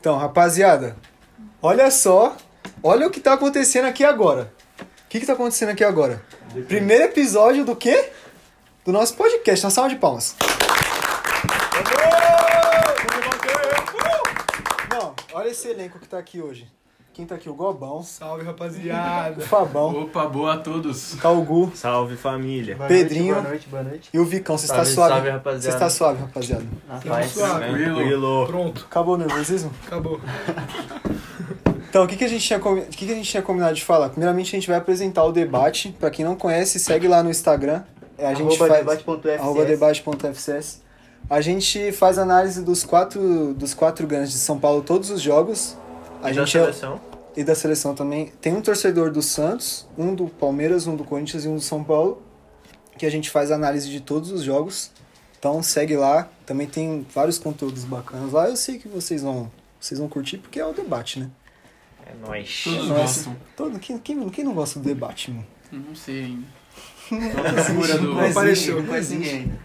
Então, rapaziada, olha só, olha o que tá acontecendo aqui agora. O que que tá acontecendo aqui agora? Primeiro episódio do quê? Do nosso podcast, na sala de palmas. Não, olha esse elenco que tá aqui hoje. Quem tá aqui? O Gobão, Salve, rapaziada. o Fabão, Opa, boa a todos. tá o Gu Salve família. Boa Pedrinho. noite, boa noite, e o Vicão. Você está Salve, suave? salve, rapaziada. Você está suave, rapaziada. boa noite. um Tamo suave. né? Tranquilo. Pronto, Acabou o nervosismo? acabou. Então, o que, que, a gente tinha, com- o que, que a gente tinha combinado de falar? Primeiramente, a gente vai apresentar o debate. Pra quem não conhece, segue lá no Instagram. É, A gente Arroba faz... debate.fcs. arroba debate.fcs. A gente faz análise dos quatro, dos quatro grandes de São Paulo, todos os jogos. A E da gente é- seleção. e da seleção também. Tem um torcedor do Santos, um do Palmeiras, um do Corinthians e um do São Paulo, que a gente faz análise de todos os jogos. Então segue lá. Também tem vários conteúdos bacanas lá. Eu sei que vocês vão, vocês vão curtir porque é o debate, né? É nóis. Todos Nossa. gostam. Todo, quem, quem, quem não gosta do debate, mano? Não sei ainda. Não figura do. Mas- Apareceu. Não conhece ninguém ainda.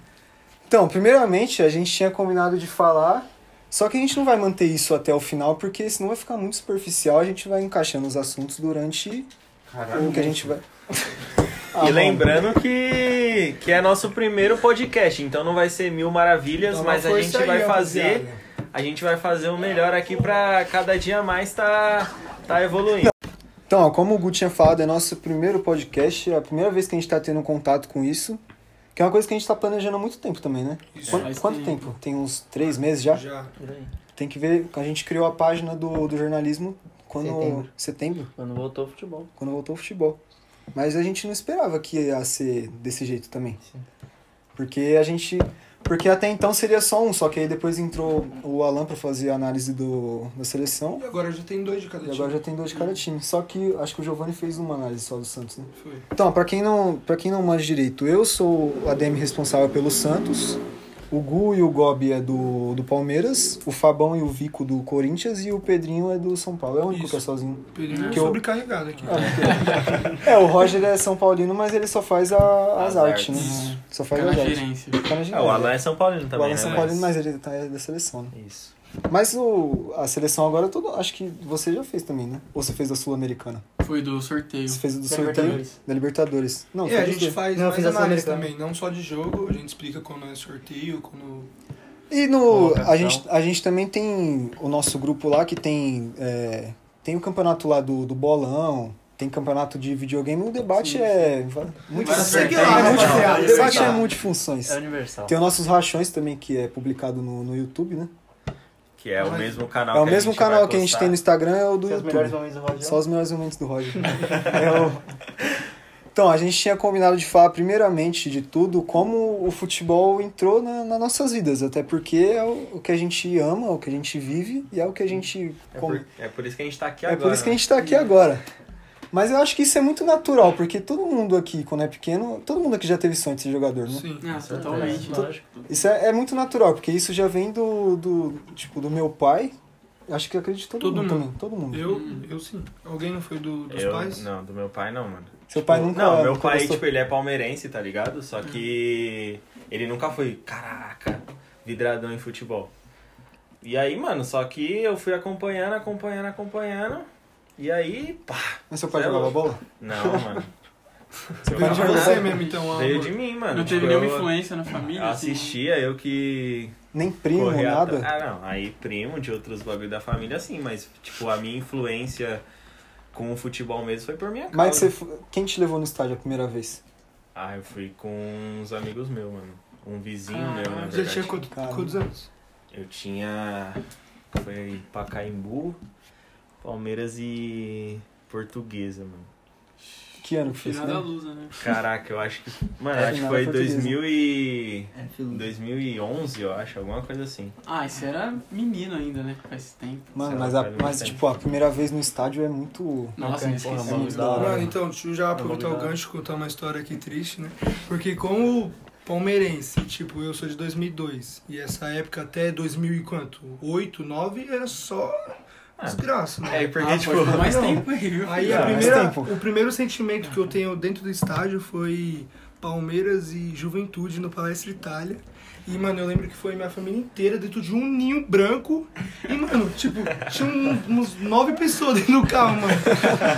Então, primeiramente, a gente tinha combinado de falar, só que a gente não vai manter isso até o final, porque senão vai ficar muito superficial, a gente vai encaixando os assuntos durante o que a gente vai. Ah, E mano, lembrando que, que é nosso primeiro podcast, então não vai ser mil maravilhas, Dá uma mas a força gente aí, vai rapaziada. fazer, a gente vai fazer o melhor aqui pra cada dia mais tá tá evoluindo. Então, ó, como o Gu tinha falado, é nosso primeiro podcast, é a primeira vez que a gente tá tendo contato com isso, que é uma coisa que a gente tá planejando há muito tempo também, né? Isso, Quanto, faz quanto tempo. tempo? Tem uns três meses já? Já. Tem que ver, a gente criou a página do, do jornalismo quando... Setembro. setembro? Quando voltou o futebol. quando voltou o futebol. Mas a gente não esperava que ia ser desse jeito também. Porque a gente. Porque até então seria só um, só que aí depois entrou o Alan pra fazer a análise do, da seleção. E agora já tem dois de E cada time. agora já tem dois de cada time. Só que acho que o Giovanni fez uma análise só do Santos, né? Foi. Então, pra quem não, para quem não manja direito, eu sou o ADM responsável pelo Santos. O Gu e o Gobi é do, do Palmeiras, o Fabão e o Vico do Corinthians e o Pedrinho é do São Paulo. É o único Isso. que é sozinho. Pedrinho Que eu- Ah, sobrecarregado aqui. É, o Roger é São Paulino, mas ele só faz a- as, As artes, né? artes. Isso. Só faz Fica na as artes. gerência. Fica na Ah, gerência. o Alan é São O Paulino também, Alan é né? São mas- Paulino, mas ele tá é da seleção, né? Isso. Mas o, a seleção agora, é todo, acho que você já fez também, né? Ou você fez da Sul-Americana? Foi do sorteio. Você fez do Da sorteio Libertadores. da Libertadores. Não, é, a fez gente os dois. faz Não, eu mais fiz essa análise americana. também, não só de jogo, a gente explica quando é sorteio, quando... E no, a, Colocação. gente, a gente também tem o nosso grupo lá que tem. é, tem o campeonato lá do, do bolão, tem campeonato de videogame. O debate é. va- Muito, Várias é, vertentes. multifunções. Várias o debate é vertentes. multifunções. É universal. Tem os nossos rachões também, que é publicado no, no YouTube, né? Que é o mesmo canal é o que a mesmo gente vai canal que a gente postar. tem no Instagram, é o do Tem os melhores YouTube. momentos do Roger. Só os melhores momentos do Roger. É o- Então, a gente tinha combinado de falar primeiramente de tudo como o futebol entrou na, nas nossas vidas, até porque é o, o que a gente ama, é o que a gente vive e é o que a gente. É come. por, é por isso que a gente tá aqui É agora. por isso que a gente tá aqui agora. Mas eu acho que isso é muito natural, porque todo mundo aqui, quando é pequeno, todo mundo aqui já teve sonho de ser jogador, né? Sim. Ah, certeza. totalmente. Lógico. Isso é, é muito natural, porque isso já vem do, do tipo do meu pai. Acho que acredito todo, Todo mundo, mundo. também, todo mundo. Eu, eu sim. Alguém não foi do, dos Eu- pais? Não, do meu pai não, mano. Seu pai nunca Não, meu nunca pai, gostou. tipo, ele é palmeirense, tá ligado? Só que ele nunca foi, caraca, vidradão em futebol. E aí, mano, só que eu fui acompanhando, acompanhando, acompanhando. E aí, pá. Mas seu pai É jogava louco. bola? Não, mano. Seu pai Veio de não jogava você bola. mesmo, então. ó, Veio amor. de mim, mano. Não teve Tipo, nenhuma eu influência na família? assim? Assistia, eu que Nem primo, corria atrás. nada. Ah, não. Aí primo de outros bagulho da família, sim. Mas, tipo, a minha influência com o futebol mesmo foi por minha causa. Mas você, fu- quem te levou no estádio a primeira vez? Ah, eu fui com uns amigos meus, mano. Um vizinho meu, na Caralho, verdade. Já tinha quanto- Caramba. quantos anos? Eu tinha. Foi Pacaembu, Palmeiras e Portuguesa, mano. Que ano que foi isso? Final da Né? Lusa, né? Caraca, eu acho que. Mano, É, acho que final foi Portuguesa. 2000 e... É, filho. 2011, eu acho, alguma coisa assim. Ah, isso era menino ainda, né? Faz tempo. Mano, Sei mas, lá, a- faz muito mas tempo. tipo, a primeira vez no estádio é muito. Nossa, Bacana, me É esqueci. Ah, porra, muito. da hora. Mano, então, deixa eu já aproveitar o ligar. gancho e contar uma história aqui triste, né? Porque como palmeirense, tipo, eu sou de 2002, e essa época até 2000 e quanto? 8, 9, era só Ah, desgraça, né? É, porque, Ah, tipo. pô, ficou mais não. tempo aí, viu? Aí Ah, a mas primeira, tempo. o primeiro sentimento que eu tenho dentro do estádio foi Palmeiras e Juventude no Palestra Itália. E, mano, eu lembro que foi minha família inteira dentro de um ninho branco. E, mano, tipo, tinha um- uns nove pessoas dentro do carro, mano.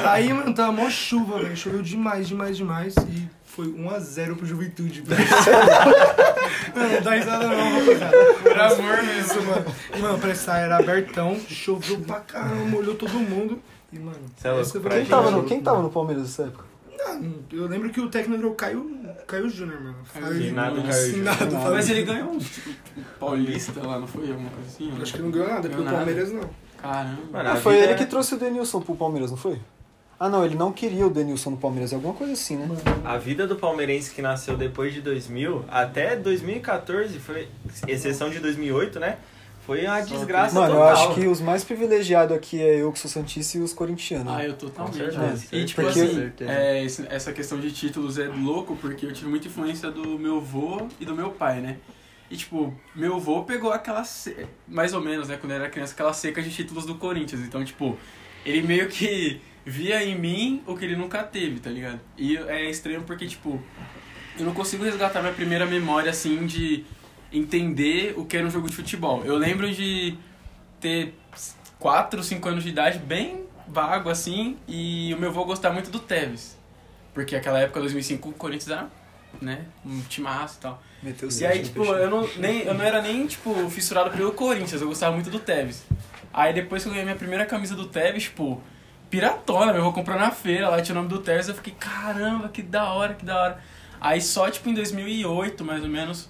Aí, mano, tava mó chuva, velho. Choveu demais, demais, demais. E foi 1x0 pro Juventude. velho. Mano, não dá risada não, rapaziada. Por amor mesmo, mano. E, mano, o pressar era abertão, choveu pra caramba, molhou todo mundo. E, mano, Cê é louco, essa pra foi- Quem tava, né? no, quem tava no Palmeiras nessa época? Eu lembro que o técnico era o Caio, Caio Júnior, mano. Caio Caio Júnior. Finado Nada, Caio Júnior. Nada, Nada. falei- Mas ele ganhou um tipo, paulista lá, não foi? Alguma coisa assim? né? Acho que não ganhou nada, Ganhou porque o nada. Palmeiras não. Caramba. Mano, Ah, a foi vida ele é- que trouxe o Denilson pro Palmeiras, não foi? Ah, não, ele não queria o Denilson no Palmeiras, alguma coisa assim, né? A vida do palmeirense que nasceu depois de 2000 até 2014, foi exceção de 2008, né? Foi uma Só desgraça Mano, eu total. acho que os mais privilegiados aqui é eu que sou Santista e os corintianos. Ah, né? eu totalmente. Com mano. certeza. E tipo Porque- assim, é, esse- essa questão de títulos é louco porque eu tive muita influência do meu avô e do meu pai, né? E tipo, meu avô pegou aquela se- mais ou menos, né, quando eu era criança, aquela seca de títulos do Corinthians. Então, tipo, ele meio que via em mim o que ele nunca teve, tá ligado? E é estranho porque tipo, eu não consigo resgatar minha primeira memória assim de entender o que era um jogo de futebol. Eu lembro de ter 4, 5 anos de idade, bem vago assim, e o meu avô gostar muito do Tevez. Porque aquela época, 2005, o Corinthians era, né, um timaço e tal. Meteu E sete aí, no tipo, peixe. eu não, nem, eu não era nem, tipo, fissurado pelo Corinthians, eu gostava muito do Tevez. Aí depois que eu ganhei minha primeira camisa do Tevez, tipo, piratona, meu, eu vou comprar na feira, lá tinha o nome do Tevez, eu fiquei, caramba, que da hora, que da hora. Aí só, tipo, em 2008, mais ou menos,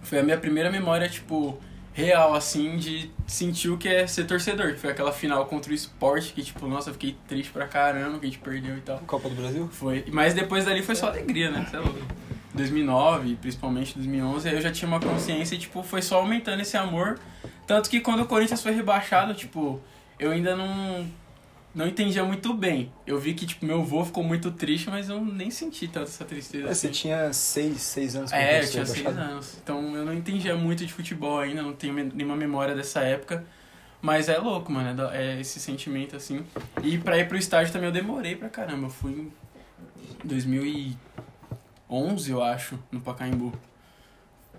foi a minha primeira memória, tipo, real, assim, de sentir o que é ser torcedor. que Foi aquela final contra o esporte que, tipo, nossa, eu fiquei triste pra caramba que a gente perdeu e tal. Copa do Brasil? Foi. Mas depois dali foi só alegria, né? Cê é louco. 2009, principalmente 2011, aí eu já tinha uma consciência e, tipo, foi só aumentando esse amor. Tanto que quando o Corinthians foi rebaixado, tipo, eu ainda não não entendia muito bem. Eu vi que, tipo, meu avô ficou muito triste, mas eu nem senti tanto essa tristeza. É, você assim. tinha seis, seis anos quando É, eu você tinha foi seis baixado. anos. Então eu não entendia muito de futebol ainda, não tenho me- nenhuma memória dessa época. Mas é louco, mano, é da- é esse sentimento assim. E pra ir pro estádio também eu demorei pra caramba. Eu fui em 2011, eu acho, no Pacaembu.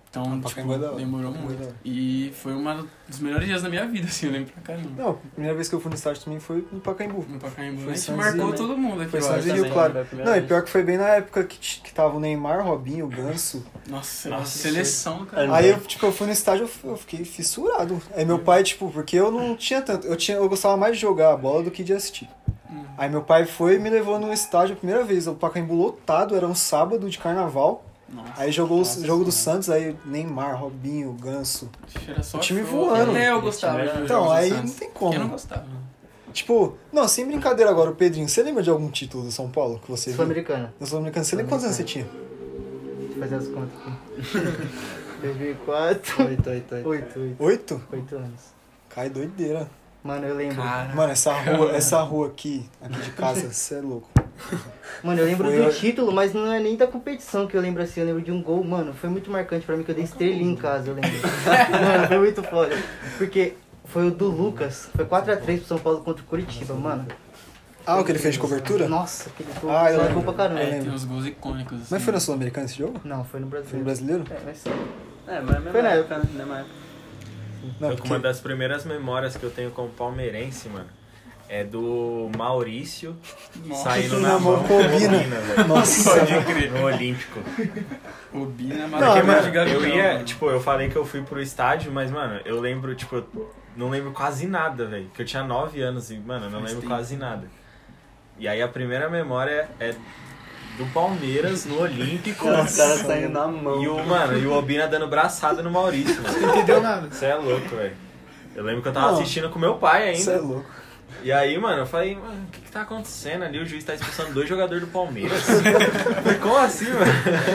Então, Ah, tipo, Pacaembu é da hora. demorou Pacaembu é da muito. hora. E foi um dos melhores dias da minha vida, assim, eu lembro pra caramba. Não, a primeira vez que eu fui no estádio também foi no Pacaembu. No Pacaembu. né? Foi A gente Santos marcou e- todo mundo aqui, Foi eu Santos e acho. Rio Claro. É. Não, e pior que foi bem na época que, t- que tava o Neymar, Robinho, Ganso. Nossa, Nossa, seleção, cara. Aí eu, tipo, eu fui no estádio, eu f- eu fiquei fissurado. Aí meu pai, tipo, porque eu não tinha tanto. Eu, tinha, eu gostava mais de jogar a bola do que de assistir. Hum. Aí meu pai foi e me levou no estádio a primeira vez. O Pacaembu lotado, era um sábado de carnaval. Nossa. Aí jogou o Nossa, jogo do sim. Santos, aí Neymar, Robinho, Ganso. Era só O time show. voando. Até É, eu Aquele gostava. time de era- jogos Então, do aí não Santos. tem Eu não como. gostava. Tipo, não, sem brincadeira agora, o Pedrinho, você lembra de algum título do São Paulo que você viu? Sul-Americana. No Sul-Americano, você lembra quantos anos você tinha? Deixa eu fazer as contas aqui. 2004. 8, 8, 8. 8, Oito? anos. Cai doideira. Mano, eu lembro. Cara, Mano, essa rua, essa rua aqui, aqui de casa, você é louco. Mano, eu lembro Foi do eu- título, mas não é nem da competição que eu lembro assim. Eu lembro de um gol, mano. Foi muito marcante pra mim que eu dei estrelinha em casa, eu lembro. mano, foi muito foda. Porque foi o do Lucas. Foi 4x3 pro São Paulo contra o Curitiba, mano. Ah, o que ele fez de cobertura? Nossa, aquele gol. Ah, eu só lembro. gol pra caramba. Eu é, lembro. tem uns gols icônicos. Assim. Mas foi na Sul-Americana esse jogo? Não, foi no Brasil. Foi no brasileiro? É, mas É, mas é mesmo Foi na época, né? Mesma época. Não, Hum. Foi porque Uma das primeiras memórias que eu tenho como palmeirense, mano, é do Maurício Nossa. saindo Na na mão mão com o Bina. velho. Nossa. Pode crer. No Olímpico. O Bina é Não, marcou mas de Gabriel. eu ia, mano. tipo, eu falei que eu fui pro estádio, mas, mano, eu lembro, tipo, eu não lembro quase nada, velho. Que eu tinha 9 anos e, mano, eu não Faz lembro tempo. quase nada. E aí a primeira memória é do Palmeiras no Olímpico. Os caras saindo na mão. E o, mano, e o Albina dando braçada no Maurício, mano. Não entendeu nada. Você é louco, velho. Eu lembro que eu tava Não. assistindo com meu pai ainda. Você é louco. E aí, mano, eu falei, mano, o que, que tá acontecendo ali? O juiz tá expulsando dois jogadores do Palmeiras. Falei, Como assim,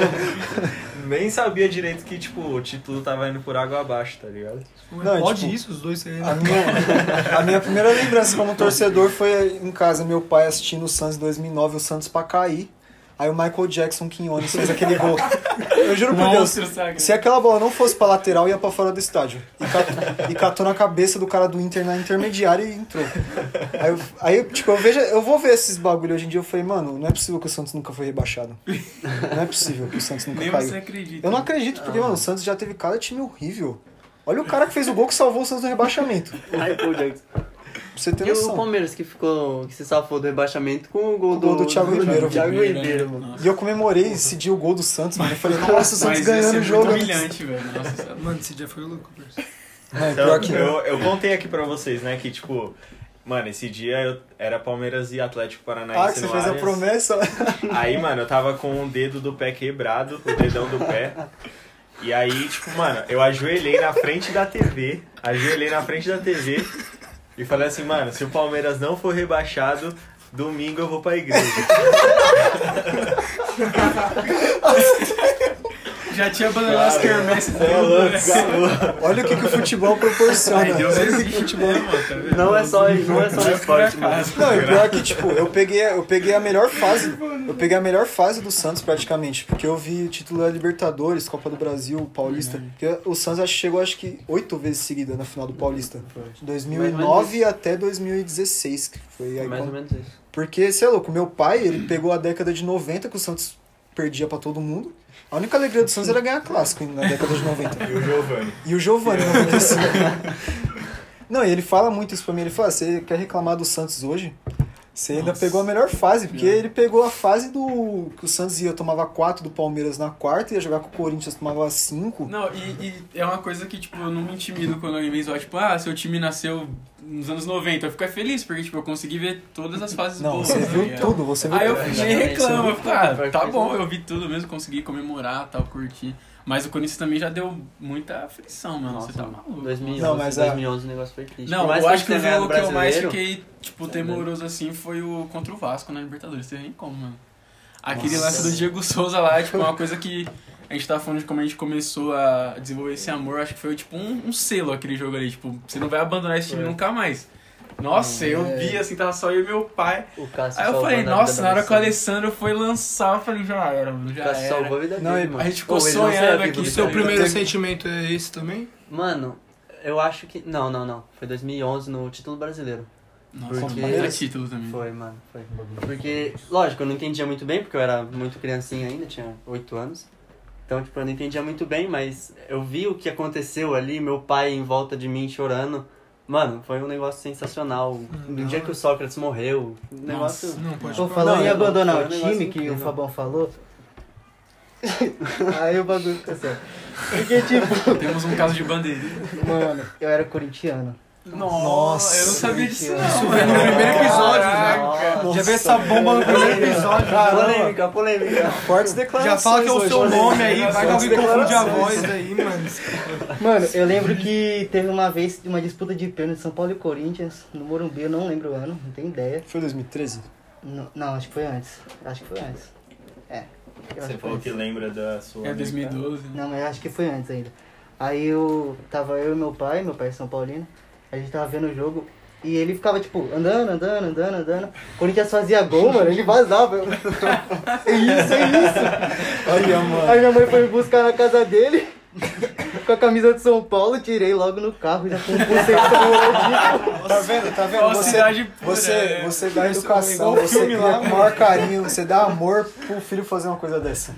mano? Nem sabia direito que, tipo, o título tava indo por água abaixo, tá ligado? Não, Pode tipo, isso, os dois é- saírem. A minha, a minha primeira lembrança como torcedor foi em casa, meu pai assistindo o Santos em 2009, o Santos pra cair. Aí o Michael Jackson Quinones fez aquele gol. Eu juro por Deus. Monstro, saca? Se aquela bola não fosse pra lateral, ia pra fora do estádio. E catou, e catou na cabeça do cara do Inter na intermediária e entrou. Aí, eu- aí, tipo, eu vejo, eu vou ver esses bagulho hoje em dia. Eu falei, mano, não é possível que o Santos nunca foi rebaixado. Não é possível que o Santos nunca Nem caiu. você acredita. Eu não acredito, porque, mano, o Santos já teve cada time horrível. Olha o cara que fez o gol que salvou o Santos do rebaixamento. Pra Ai, pô, Jackson. você ter E o noção. Palmeiras que ficou, que se safou do rebaixamento com o gol O gol do Thiago Ribeiro, Thiago velho. Ribeiro, mano. E eu comemorei esse dia o gol do Santos, mano. Eu falei, nossa, o Santos Mas ia ganhando ser o jogo. muito humilhante, velho. Nossa, sabe? Mano, esse dia foi louco, parceiro. Não, Então, É, pior que não. eu, eu contei aqui pra vocês, né, que tipo, mano, esse dia eu, era Palmeiras e Atlético Paranaense. Ah, que você no fez a Allianz. promessa. Aí, mano, eu tava com o dedo do pé quebrado, o dedão do pé. E aí, tipo, mano, eu ajoelhei na frente da TV. Ajoelhei na frente da TV. E falei assim, mano, se o Palmeiras não for rebaixado, domingo eu vou pra igreja. Já tinha abandonado as quermesses é Tá dele. né? Olha o que, que o futebol proporciona. Ai, Deus Olha o que que o existe, né, futebol- mano? Tá vendo? Não é só, não Tá é só no esporte, mano. Não, e pior que, tipo, eu peguei, eu peguei a melhor fase. Eu peguei a melhor fase do Santos praticamente. Porque eu vi o título da Libertadores, Copa do Brasil, Paulista. Uhum. Porque o Santos acho que chegou acho que oito vezes seguida na final do Paulista. De 2009 até 2016, que foi aí. É Mais ou quando- menos isso. Porque, sei lá, louco, meu pai, ele pegou a década de 90 que o Santos perdia pra todo mundo. A única alegria do Santos era ganhar clássico na década de 90. E o Giovanni. E o Giovanni É. não aconteceu. Não, e ele fala muito isso pra mim. Ele fala: você quer reclamar do Santos hoje? Você ainda pegou a melhor fase, porque ele pegou a fase do. que o Santos ia tomava 4 do Palmeiras na quarta, ia jogar com o Corinthians, tomava 5. Não, e, e é uma coisa que, tipo, eu não me intimido quando alguém me zoa, tipo, ah, seu time nasceu nos anos 90. Eu fico feliz, porque, tipo, eu consegui ver todas as fases Não, boas. você né? tá viu ligado? tudo, você viu Aí eu É, tudo. nem reclamo, eu fico, ah, Vai tá fazer. bom, eu vi tudo mesmo, consegui comemorar, tal, curtir. Mas o Corinthians também já deu muita aflição, mano, Nossa, você tá maluco. 2011, Não, mas a- 2011 o negócio foi triste. Não, Por mais eu acho que tenha o ganhado jogo que eu mais brasileiro, fiquei, tipo, temoroso assim foi o contra o Vasco na Libertadores. Teve nem como, mano. Aquele Nossa. lance do Diego Souza lá, tipo, é uma coisa que a gente tava falando de como a gente começou a desenvolver esse amor. Acho que foi, tipo, um, um selo aquele jogo ali. Tipo, você não vai abandonar esse time nunca mais. Nossa, eu É. vi assim, tava só eu e meu pai. O Cássio Aí eu salvou falei, a vida nossa, da na hora que o Alessandra. Alessandro foi lançar, eu falei, já era, mano, O Tá já Cássio salvou era. a vida Não, dele, e- mano. A gente ficou Ou ele não saiu sonhando vivo aqui, do seu Cássio. Primeiro Teve- sentimento é esse também? Mano, eu acho que... Não, não, não. Foi 2011 no título brasileiro. Nossa, Porque- baita título também. Foi, mano, foi. Porque, lógico, eu não entendia muito bem, porque eu era muito criancinha ainda, tinha 8 anos. Então, tipo, eu não entendia muito bem, mas eu vi o que aconteceu ali, meu pai em volta de mim chorando. Mano, foi um negócio sensacional. Hum, No da dia hora. que o Sócrates morreu, um negócio. Nossa. Não, é pode Tô falar. falando Não, em não, abandonar foi um o negócio time que incrível. o Fabão falou. Aí o bagulho fica certo. Porque, tipo, Temos um caso de bandeirinha. mano, eu era corintiano. Nossa, eu não sabia disso não. Isso veio no primeiro episódio, né? Nossa. Já veio essa bomba no primeiro episódio. Polêmica, polêmica. Fortes declarações. Já fala que é o hoje, seu né? nome aí, vai que alguém confunde a declarações. voz aí, mano. Mano, eu lembro que teve uma vez uma disputa de pênalti São Paulo e Corinthians no Morumbi, eu não lembro o ano, não tenho ideia. Foi 2013? Não, não, acho que foi antes. Acho que foi antes. É. eu acho Você que falou foi que lembra da sua. É 2012. né? Não, mas acho que foi antes ainda. Aí eu tava eu e meu pai, meu pai é São Paulino, a gente tava vendo o jogo e ele ficava tipo andando, andando, andando, andando. Quando a gente fazia gol, mano, ele vazava. Eu... É isso, é isso. Olha, mano. Aí minha mãe foi me buscar na casa dele. Com a camisa de São Paulo, tirei logo no carro, já com um pulseiro Tá vendo? Tá vendo? Qual Você, cidade pura, você, é? você dá educação, igual o você filme cria lá, com o maior carinho, você dá amor pro filho fazer uma coisa dessa.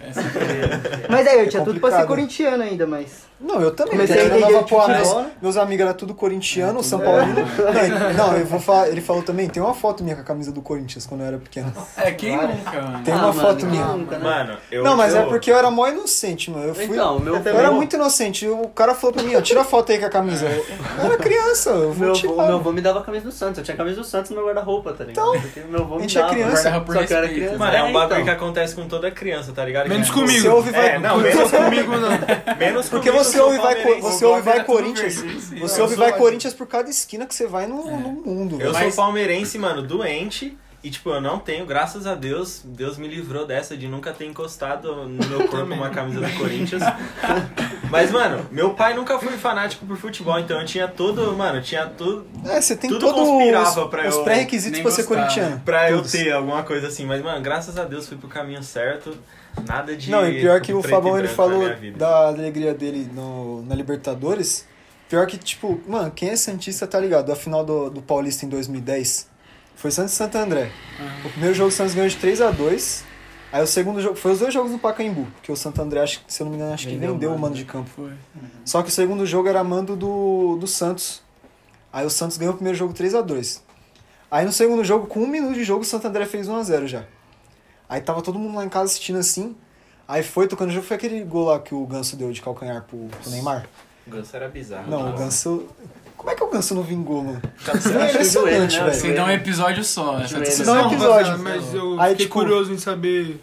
Mas aí, eu tinha tudo pra ser complicado. corintiano ainda, mas. Não, eu também. Comecei a eu entender andava de pro Arás, futebol, né? Meus amigos eram tudo corintiano, São Paulino. é. Não, e- Não, eu vou falar. Ele falou também, tem uma foto minha com a camisa do Corinthians quando eu era pequeno. É, quem nunca, mano? Tem uma Ah, foto mano, minha. nunca, né? Mano, eu. não, mas eu, é porque eu era mó inocente, mano. Eu fui. Então, o meu Eu eu também. era bom. muito inocente. O cara falou pra mim, ó, tira a foto aí com a camisa. Eu, eu era criança, eu vou Meu te avô, meu falar. avô me dava a camisa do Santos. Eu tinha a camisa do Santos no meu guarda-roupa, tá ligado? Então, Porque meu avô a me gente é dava. criança. Guardava por Só que eu era respeito. né? criança. Mano, é um É, bagulho então. que acontece com toda criança, tá ligado? Menos Que- comigo. Você ouve e vai. É, não, menos comigo. não. Menos Porque comigo, você eu sou ouve e vai, co- palmeirense. é você ouve e vai Tudo Corinthians. verde, sim. Você Eu ouve e sou vai mais- Corinthians por cada esquina que você vai no, no mundo. Eu Mas- sou palmeirense, mano, doente. E, tipo, eu não tenho, graças a Deus, Deus me livrou dessa de nunca ter encostado no meu corpo uma camisa do Corinthians. Mas, mano, meu pai nunca foi fanático por futebol, então eu tinha todo, mano, eu tinha tudo É, você tem Tudo todos conspirava pra os, eu os pré-requisitos nem pra ser gostar, né? corintiano. pra Todos. eu ter alguma coisa assim. Mas, mano, graças a Deus fui pro caminho certo, nada de Não, e pior que o preto Fabão ele branco na falou minha vida. da alegria dele no, na Libertadores. Pior que, tipo, mano, quem é Santista tá ligado? A final do, do Paulista em 2010 foi Santos e Santo André. Ah. O primeiro jogo o Santos ganhou de 3x2. Aí o segundo jogo. Foi os dois jogos no Pacaembu, porque o Santo André, acho, que, se eu não me engano, acho que Vendeu o vendeu o mando, mando né? de campo. Foi. Só que o segundo jogo era mando do, do Santos. Aí o Santos ganhou o primeiro jogo 3 a 2 Aí no segundo jogo, com um minuto de jogo, o Santo André fez 1x0 já. Aí tava todo mundo lá em casa assistindo assim. Aí foi tocando o jogo, foi aquele gol lá que o Ganso deu de calcanhar pro, pro Neymar. O Ganso era Ah, bizarro. Não, o Nossa. Ganso. Como é que o Ganso não vingou, mano? Acho que É impressionante, doeu, né? velho. Sem dar um episódio só. Essa Joelho. discussão. Não, é um episódio. Mas eu Aí, fiquei tipo- curioso em saber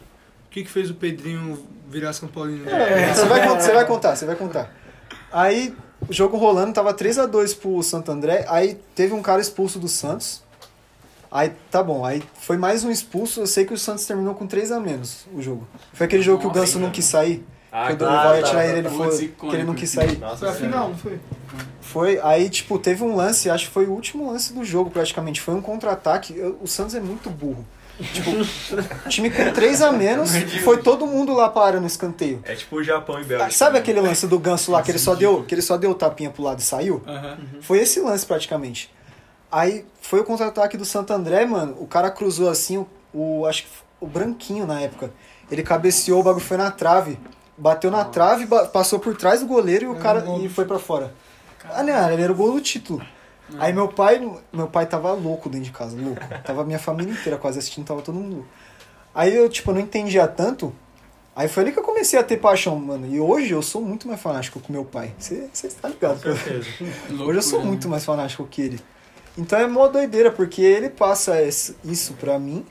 o que, que fez o Pedrinho virar São Paulino. Você vai, cont- você vai contar, você vai contar. Aí, o jogo rolando, tava 3 a 2 pro Santo André. Aí teve um cara expulso do Santos. Aí, tá bom, aí foi mais um expulso. Eu sei que o Santos terminou com 3 a menos o jogo. Foi aquele jogo que o Nossa, Ganso não cara. quis sair. Ah, que o tá, Dorival ia tá, tirar tá, ele, ele tá. Putz, foi, icônico, que ele não quis inclusive. sair. Nossa, Foi a sério. final, não foi? Foi, aí, tipo, teve um lance, acho que foi o último lance do jogo, praticamente. Foi um contra-ataque. Eu- O Santos é muito burro. Tipo, time com 3 a menos, foi todo mundo lá para no escanteio. É tipo o Japão e Ah, Bélgica. Sabe aquele lance do ganso lá que ele só deu, que ele só deu o tapinha pro lado e saiu? Aham. Foi esse lance praticamente. Aí foi o contra-ataque do Santo André, mano. O cara cruzou assim, o, o- acho que f- o branquinho na época. Ele cabeceou, o bagulho foi na trave. Bateu na trave, ba- passou por trás do goleiro e o Era cara um gol e do foi pra fora. Ah, não, ele era o gol do título. Aí meu pai, meu pai tava louco dentro de casa, louco. Tava minha família inteira quase assistindo, tava todo mundo louco. Aí eu, tipo, não entendia tanto. Aí foi ali que eu comecei a ter paixão, mano. E hoje eu sou muito mais fanático com meu pai. Você tá Com ligado? que eu- certeza. Hoje eu sou Loucura, muito né? mais fanático que ele. Então é mó doideira, porque ele passa es- isso pra mim.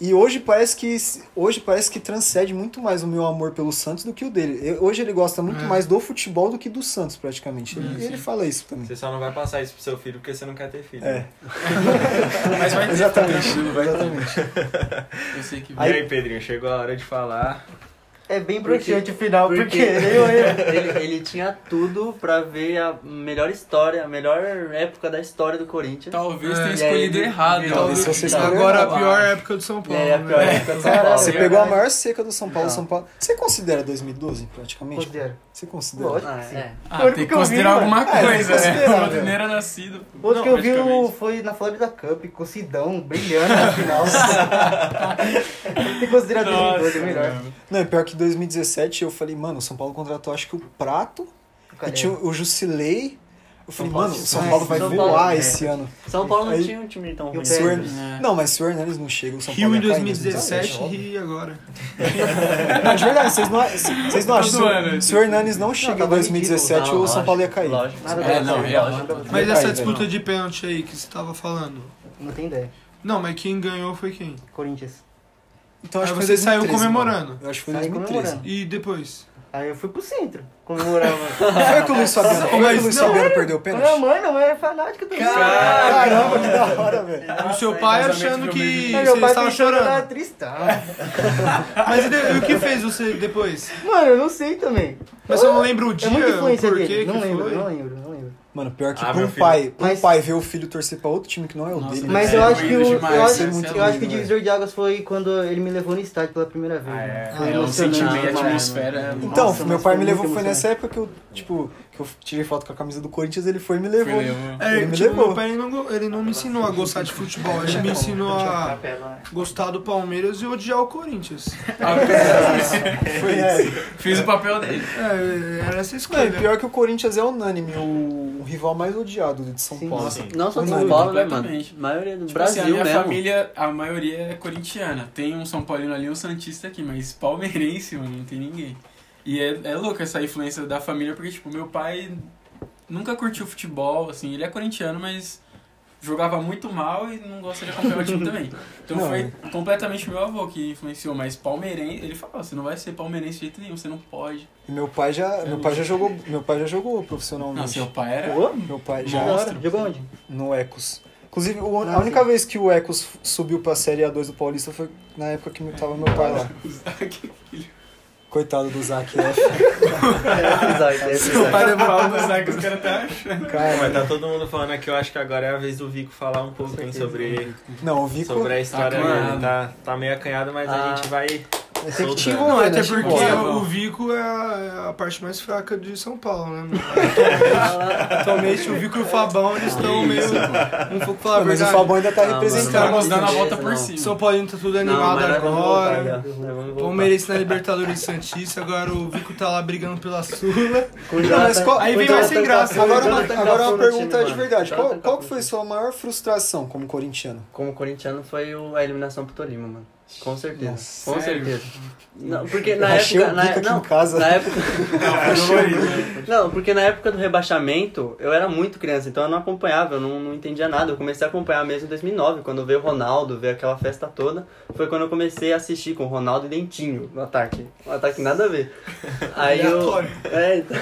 E hoje parece que s- hoje parece que transcende muito mais o meu amor pelo Santos do que o dele. Eu- hoje ele gosta muito É. mais do futebol do que do Santos, praticamente. Hum, e ele fala isso também. Você só não vai passar isso pro seu filho porque você não quer ter filho. É. né? Mas vai ter, Exatamente, tranquilo, vai ter. exatamente. Eu sei que E vai. aí, Pedrinho, chegou a hora de falar. É bem Porque- broxante o final, porque, porque- eu, eu. Ele, ele tinha tudo pra ver a melhor história, a melhor época da história do Corinthians. Então, Talvez É, tenha e aí escolhido ele- errado. ele- né? Talvez se você escolher Agora errado. a pior época do São E Paulo. aí É, a pior né? época do São Caralho, Paulo. Você É pegou a verdade. maior seca do São Paulo, Não. São Paulo. Você considera 2012, praticamente? Considero. Você considera? é, Lógico. Ah, é. Ah, tem que que eu vi, considerar mano. É, alguma Ah, tem que coisa, né? considerar, O velho. primeiro nascido. pô. Outro Não, que eu vi o- praticamente. foi na Florida Cup, com o Sidão brilhando na final. Tem que considerar 2012 Nossa, é melhor. mano. Não, e pior que em 2017 eu falei, mano, o São Paulo contratou acho que o Prato E é tinha o Jusilei. Eu falei, Paulo mano, o se São vai, Paulo né? vai São voar Paulo, é. esse ano. São Paulo não Aí- tinha um time tão E o ruim. Se o Hern- É. Não, mas se o Hernandes não chega, o São Rio Paulo em vai cair 2017 óbvio. e agora. Não, de verdade, vocês não, vocês não Todo acham. Se, o- ano, se o Hernandes Tá não Não, chega em tava 2017, Não, o Então, São Paulo ia lógico, cair. Lógico. Nada É, dava não, certo, real. nada dava certo. Mas Vai, essa velho. disputa de pênalti aí que você tava falando. Não tem ideia. Não, mas quem ganhou foi quem? Corinthians. Então acho Aí que foi você saiu 2013, mano. comemorando. Eu acho que foi Saí 2013. comemorando. E depois? Aí eu fui pro centro comemorar, mano. Não foi que o Luiz Fabiano, foi que o Luiz Não, Fabiano perdeu o Minha pênalti? mãe, minha mãe é fanática também. Caramba, que da hora, velho. O seu pai casamento achando de que amigo. Aí É, meu você pai estava pensou que eu tava chorando. tristão. Mas e de- e o que fez você depois? Mano, eu não sei também. Mas eu não lembro o dia, É muita influência o porquê dele. que Não lembro, foi. não lembro, não lembro. Mano, pior que Ah, pra um meu filho. pai, pra um Mas- pai ver o filho torcer pra outro time que não é o Nossa, dele. Mas né? eu É acho que doído o. demais, isso eu é acho, muito eu acho que o doído, divisor de águas foi quando ele me levou no estádio pela primeira vez. Ah, né? é. Foi É, o emocionante, sentimento, mano. a atmosfera. é Então, Nossa, meu mas pai foi me levou, muito foi nessa época que eu, tipo, que eu tirei foto com a camisa do Corinthians, ele foi e me levou. levou. É, Ele me tipo, levou. meu pai ele não, go- ele não me ensinou a gostar de futebol, ele me ensinou a gostar do Palmeiras e odiar o Corinthians. Foi isso. Ah, Fiz o papel dele. É, era essa Não, e escolha. pior que o Corinthians é unânime, o, o rival mais odiado de São Sim. Paulo. Sim. Não só Não, São Paulo, né, mano? completamente. A maioria do Tipo assim, a Brasil, minha né? mano? família, a maioria é corintiana. Tem um São Paulino ali, um Santista aqui, mas palmeirense, mano, não tem ninguém. E é, é louco essa influência da família, porque, tipo, meu pai nunca curtiu futebol, assim, ele é corintiano, mas jogava muito mal e não gosta de acompanhar o time também. Então Não. foi completamente meu avô que influenciou, mas palmeirense, ele falou, você não vai ser palmeirense de jeito nenhum, você não pode. E meu pai já, meu pai já jogou, meu pai já jogou Não, profissionalmente. seu pai era... Meu pai já Da hora. Jogou onde? no Ecos. Inclusive, o- a única vez que o Ecos subiu pra Série A2 do Paulista foi na época que tava meu pai lá. O Zaque, filho. Coitado do Zac F. O pai da Paula do Zaque, os caras tá achando. Mas Cara, tá todo mundo falando aqui, eu acho que agora é a vez do Vico falar um pouco hein, sobre, não, o Vico sobre a história Tá dele. acanhado. Tá, tá meio acanhado, mas a Ah. gente vai. tem que te Não, envolver, né? é até Te porque envolve. o Vico é a, é a parte mais fraca de São Paulo, né? mano? Atualmente o Vico e o Fabão, eles estão meio. Não vou falar a Mas o verdade. Fabão ainda tá Não, Os caras representando. dando a Não, volta não. por cima. São Paulino tá tudo Não, animado mas nós vamos voltar, já. agora. Nós vamos voltar. Palmeirense na Libertadores Santista, agora o Vico tá lá brigando pela Sula. Com o Não, mas Jonathan- qual- Aí vem então, mais sem graça. Agora, Jonathan uma, Cafu agora uma no time, pergunta de mano. verdade. Qual, Jonathan qual Cafu. que foi sua maior frustração como corintiano? Como corintiano foi o- a eliminação pro Tolima, mano. Com certeza. Nossa, com sério? certeza. Não, porque na Achei época. o na, é, bico aqui não, em casa. na época. Chorei. Não, porque na época do rebaixamento eu era muito criança, então eu não acompanhava, eu não, não entendia nada. Eu comecei a acompanhar mesmo em 2009, quando veio o Ronaldo, veio aquela festa toda. Foi quando eu comecei a assistir com o Ronaldo e Dentinho no ataque. Um ataque nada a ver. Aí eu. Aleatório. É, então.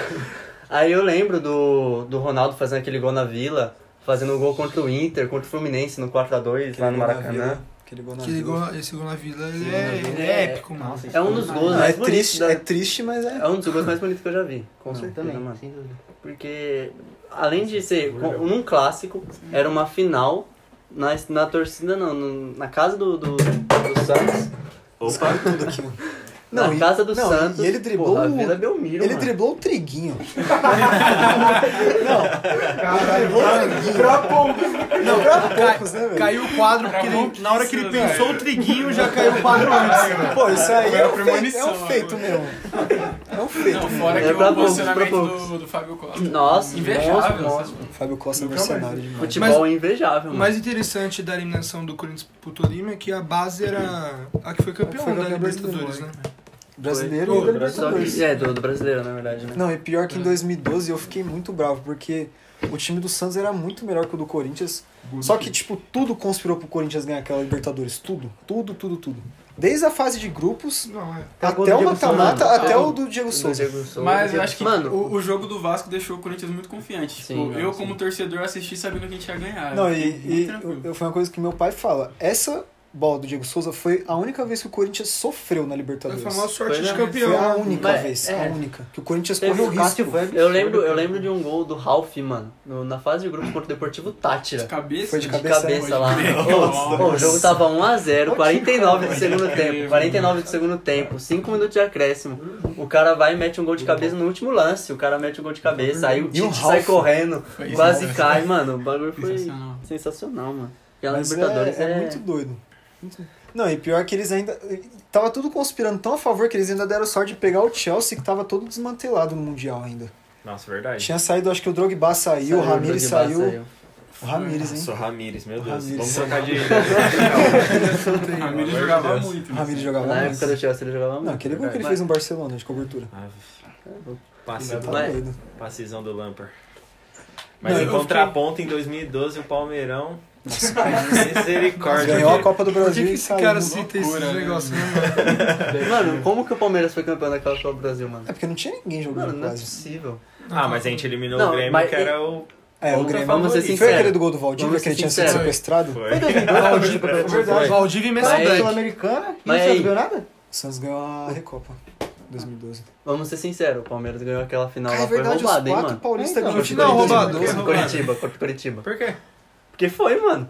Aí eu lembro do, do Ronaldo fazendo aquele gol na Vila, fazendo gol contra o Inter, contra o Fluminense no 4x2 lá no Maracanã. Aquele gol na Que Vila. ligou, esse gol na Vila ele é, Vila. ele é épico, mano. Nossa, É um dos gols Não, é mais bonitos. triste, da- é triste, mas é. É um dos gols mais bonitos que eu já vi. Com Com certeza, certeza, mano. sem dúvida. Porque, além de ser com- num clássico, era uma final na, na torcida, não, no- na casa do, do, do Santos. Opa, Tudo aqui, mano. Na e- casa do não, Santos. E ele driblou. Porra, a o- Vila Belmiro, ele mano. driblou o Triguinho. Caralho, pra poucos. Não, pra poucos, né, velho? Caiu o quadro, porque ele- na hora que ele Cara. pensou o triguinho, já caiu o quadro antes. Pô, isso aí Foi é a um feito, é premonição, um feito meu. É um feito. Não, fora É que pra o poucos, pra posicionamento poucos. do, do Fábio Costa. Nossa, Invejável. monstro, essas- Fábio Costa é Nunca mais. mercenário demais. Futebol é invejável, O mano. mais interessante da eliminação do Corinthians pro Tolima é que a base era a que foi campeão Foi da campeão Libertadores, né? brasileiro, Brasileiro Pô, e da Só Libertadores. que, é, do, do brasileiro, na verdade, né? Não, e pior que em 2012 eu fiquei muito bravo, porque o time do Santos era muito melhor que o do Corinthians. né? Só que, tipo, tudo conspirou pro Corinthians ganhar aquela Libertadores. Tudo, tudo, tudo, tudo. Desde a fase de grupos Não, é. Acabou até do Diego o mata-mata, Souza. até Acabou. o do Diego É, Do Souza. Diego Souza. Mas eu acho que Mano, o, o jogo do Vasco deixou o Corinthians muito confiante. Tipo, Sim, eu, sim. como torcedor, assisti sabendo que a gente ia ganhar. Não, Eu e, fiquei É, muito e tranquilo. eu- foi uma coisa que meu pai fala. Essa bola do Diego Souza foi a única vez que o Corinthians sofreu na Foi é a Libertadores. famosa sorte Foi, de né? campeão. Foi a única Mas, vez, é. a única. Que o Corinthians Teve correu o risco. Cássio foi eu lembro, eu lembro de um gol do Ralf, mano, no- na fase de grupos contra o Deportivo Tátira. De cabeça? Foi de de Cabeça, cabeça, né? lá. Pode crer. Ô, ô, o jogo tá tava 1x0, 49 do Pode segundo crer, tempo. mano. 49 do segundo tempo, 5 minutos de acréscimo. O cara vai e mete um gol de cabeça no último lance. O cara mete um gol de cabeça, aí o E o Tite sai Ralf? correndo, Foi isso, quase né? cai, mano. O bagulho foi Sensacional. sensacional, mano. Aquela Mas Libertadores é, é muito doido. Não, e pior que eles ainda. Tava tudo conspirando tão a favor que eles ainda deram sorte de pegar o Chelsea, que tava todo desmantelado no Mundial ainda. Nossa, verdade. Tinha saído, acho que o Drogba saiu, o Ramirez É. Drogba saiu. O Ramirez, hein? Sou Ramires, meu Deus. Ramires. Vamos trocar de. é O Ramiro Pelo amor Ah, jogava de Deus. muito. O né? Ramirez jogava Na mais. época do Chelsea ele jogava muito. Não, aquele gol que ele Mas- fez no Barcelona de cobertura. Ah, Você Passe, tá Mas- doido. passezão do Lampard. Mas Não, em eu contraponto, em 2012, o Palmeirão. Misericórdia. Ganhou a Copa do Por que, Brasil que e esse saiu. cara né? cita esses Loucura, né? negócios, né, mano? Mano, como que o Palmeiras foi campeão daquela Copa do Brasil, mano? É porque não tinha ninguém jogando Mano, não é quase. possível. Ah, mas a gente eliminou Não, o Grêmio, mas- que era o. É, o Vamos- Grêmio. vamos ser Foi sinceros. aquele do gol do Valdívia Vamos que ele ser tinha sido sinceros. sequestrado? Foi. Foi 2002 o Palmeiras pra Foi É verdade. Valdívia e É Mas- Messi Sul-Americana e não Mas aí- ganhou nada? O Santos ganhou a Recopa 2012. Vamos ser sinceros, o Palmeiras ganhou aquela final Cara, é lá, foi verdade, roubado, os hein, quatro mano? paulistas É, então, ganhou. final roubado. Foi roubado. Curitiba, contra o Curitiba. Por quê? Porque foi, mano.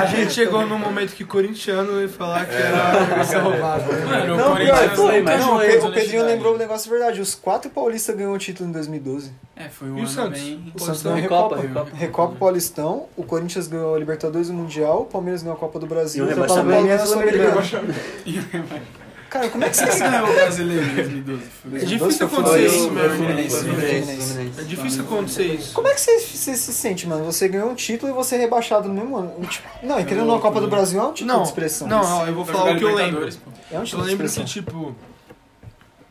A gente chegou num momento que corintiano ia falar que era essa roubada. Mano, o Não, pior, Corinthians foi, nunca mas não, jogou com o Pedrinho honestidade. lembrou o negócio verdade. Os quatro paulistas ganhou o título em 2012. É, foi E um o ano Santos? bem... O Pô, Santos então, ganhou a Recopa, Recopa. Recopa. Recopa o Paulistão, o Corinthians ganhou a Libertadores e o Mundial, o Palmeiras ganhou a Copa do Brasil, E o São Paulo rebaixamento. ganhou a Sul-Americana. Cara, como é que Quem vocês ganhou o brasileiro em 2012? Foi- É difícil acontecer Foi isso, o- meu foi o Fluminense. Fluminense. É difícil acontecer isso. Como é que você, você se sente, mano? Você ganhou um título e você é rebaixado no mesmo ano. Tipo, não, e querendo ou não, a Copa do Brasil é um título Não, de expressão. não, não, eu vou falar o que eu lembro. Libertadores, pô. É um Eu título de lembro que, expressão. tipo,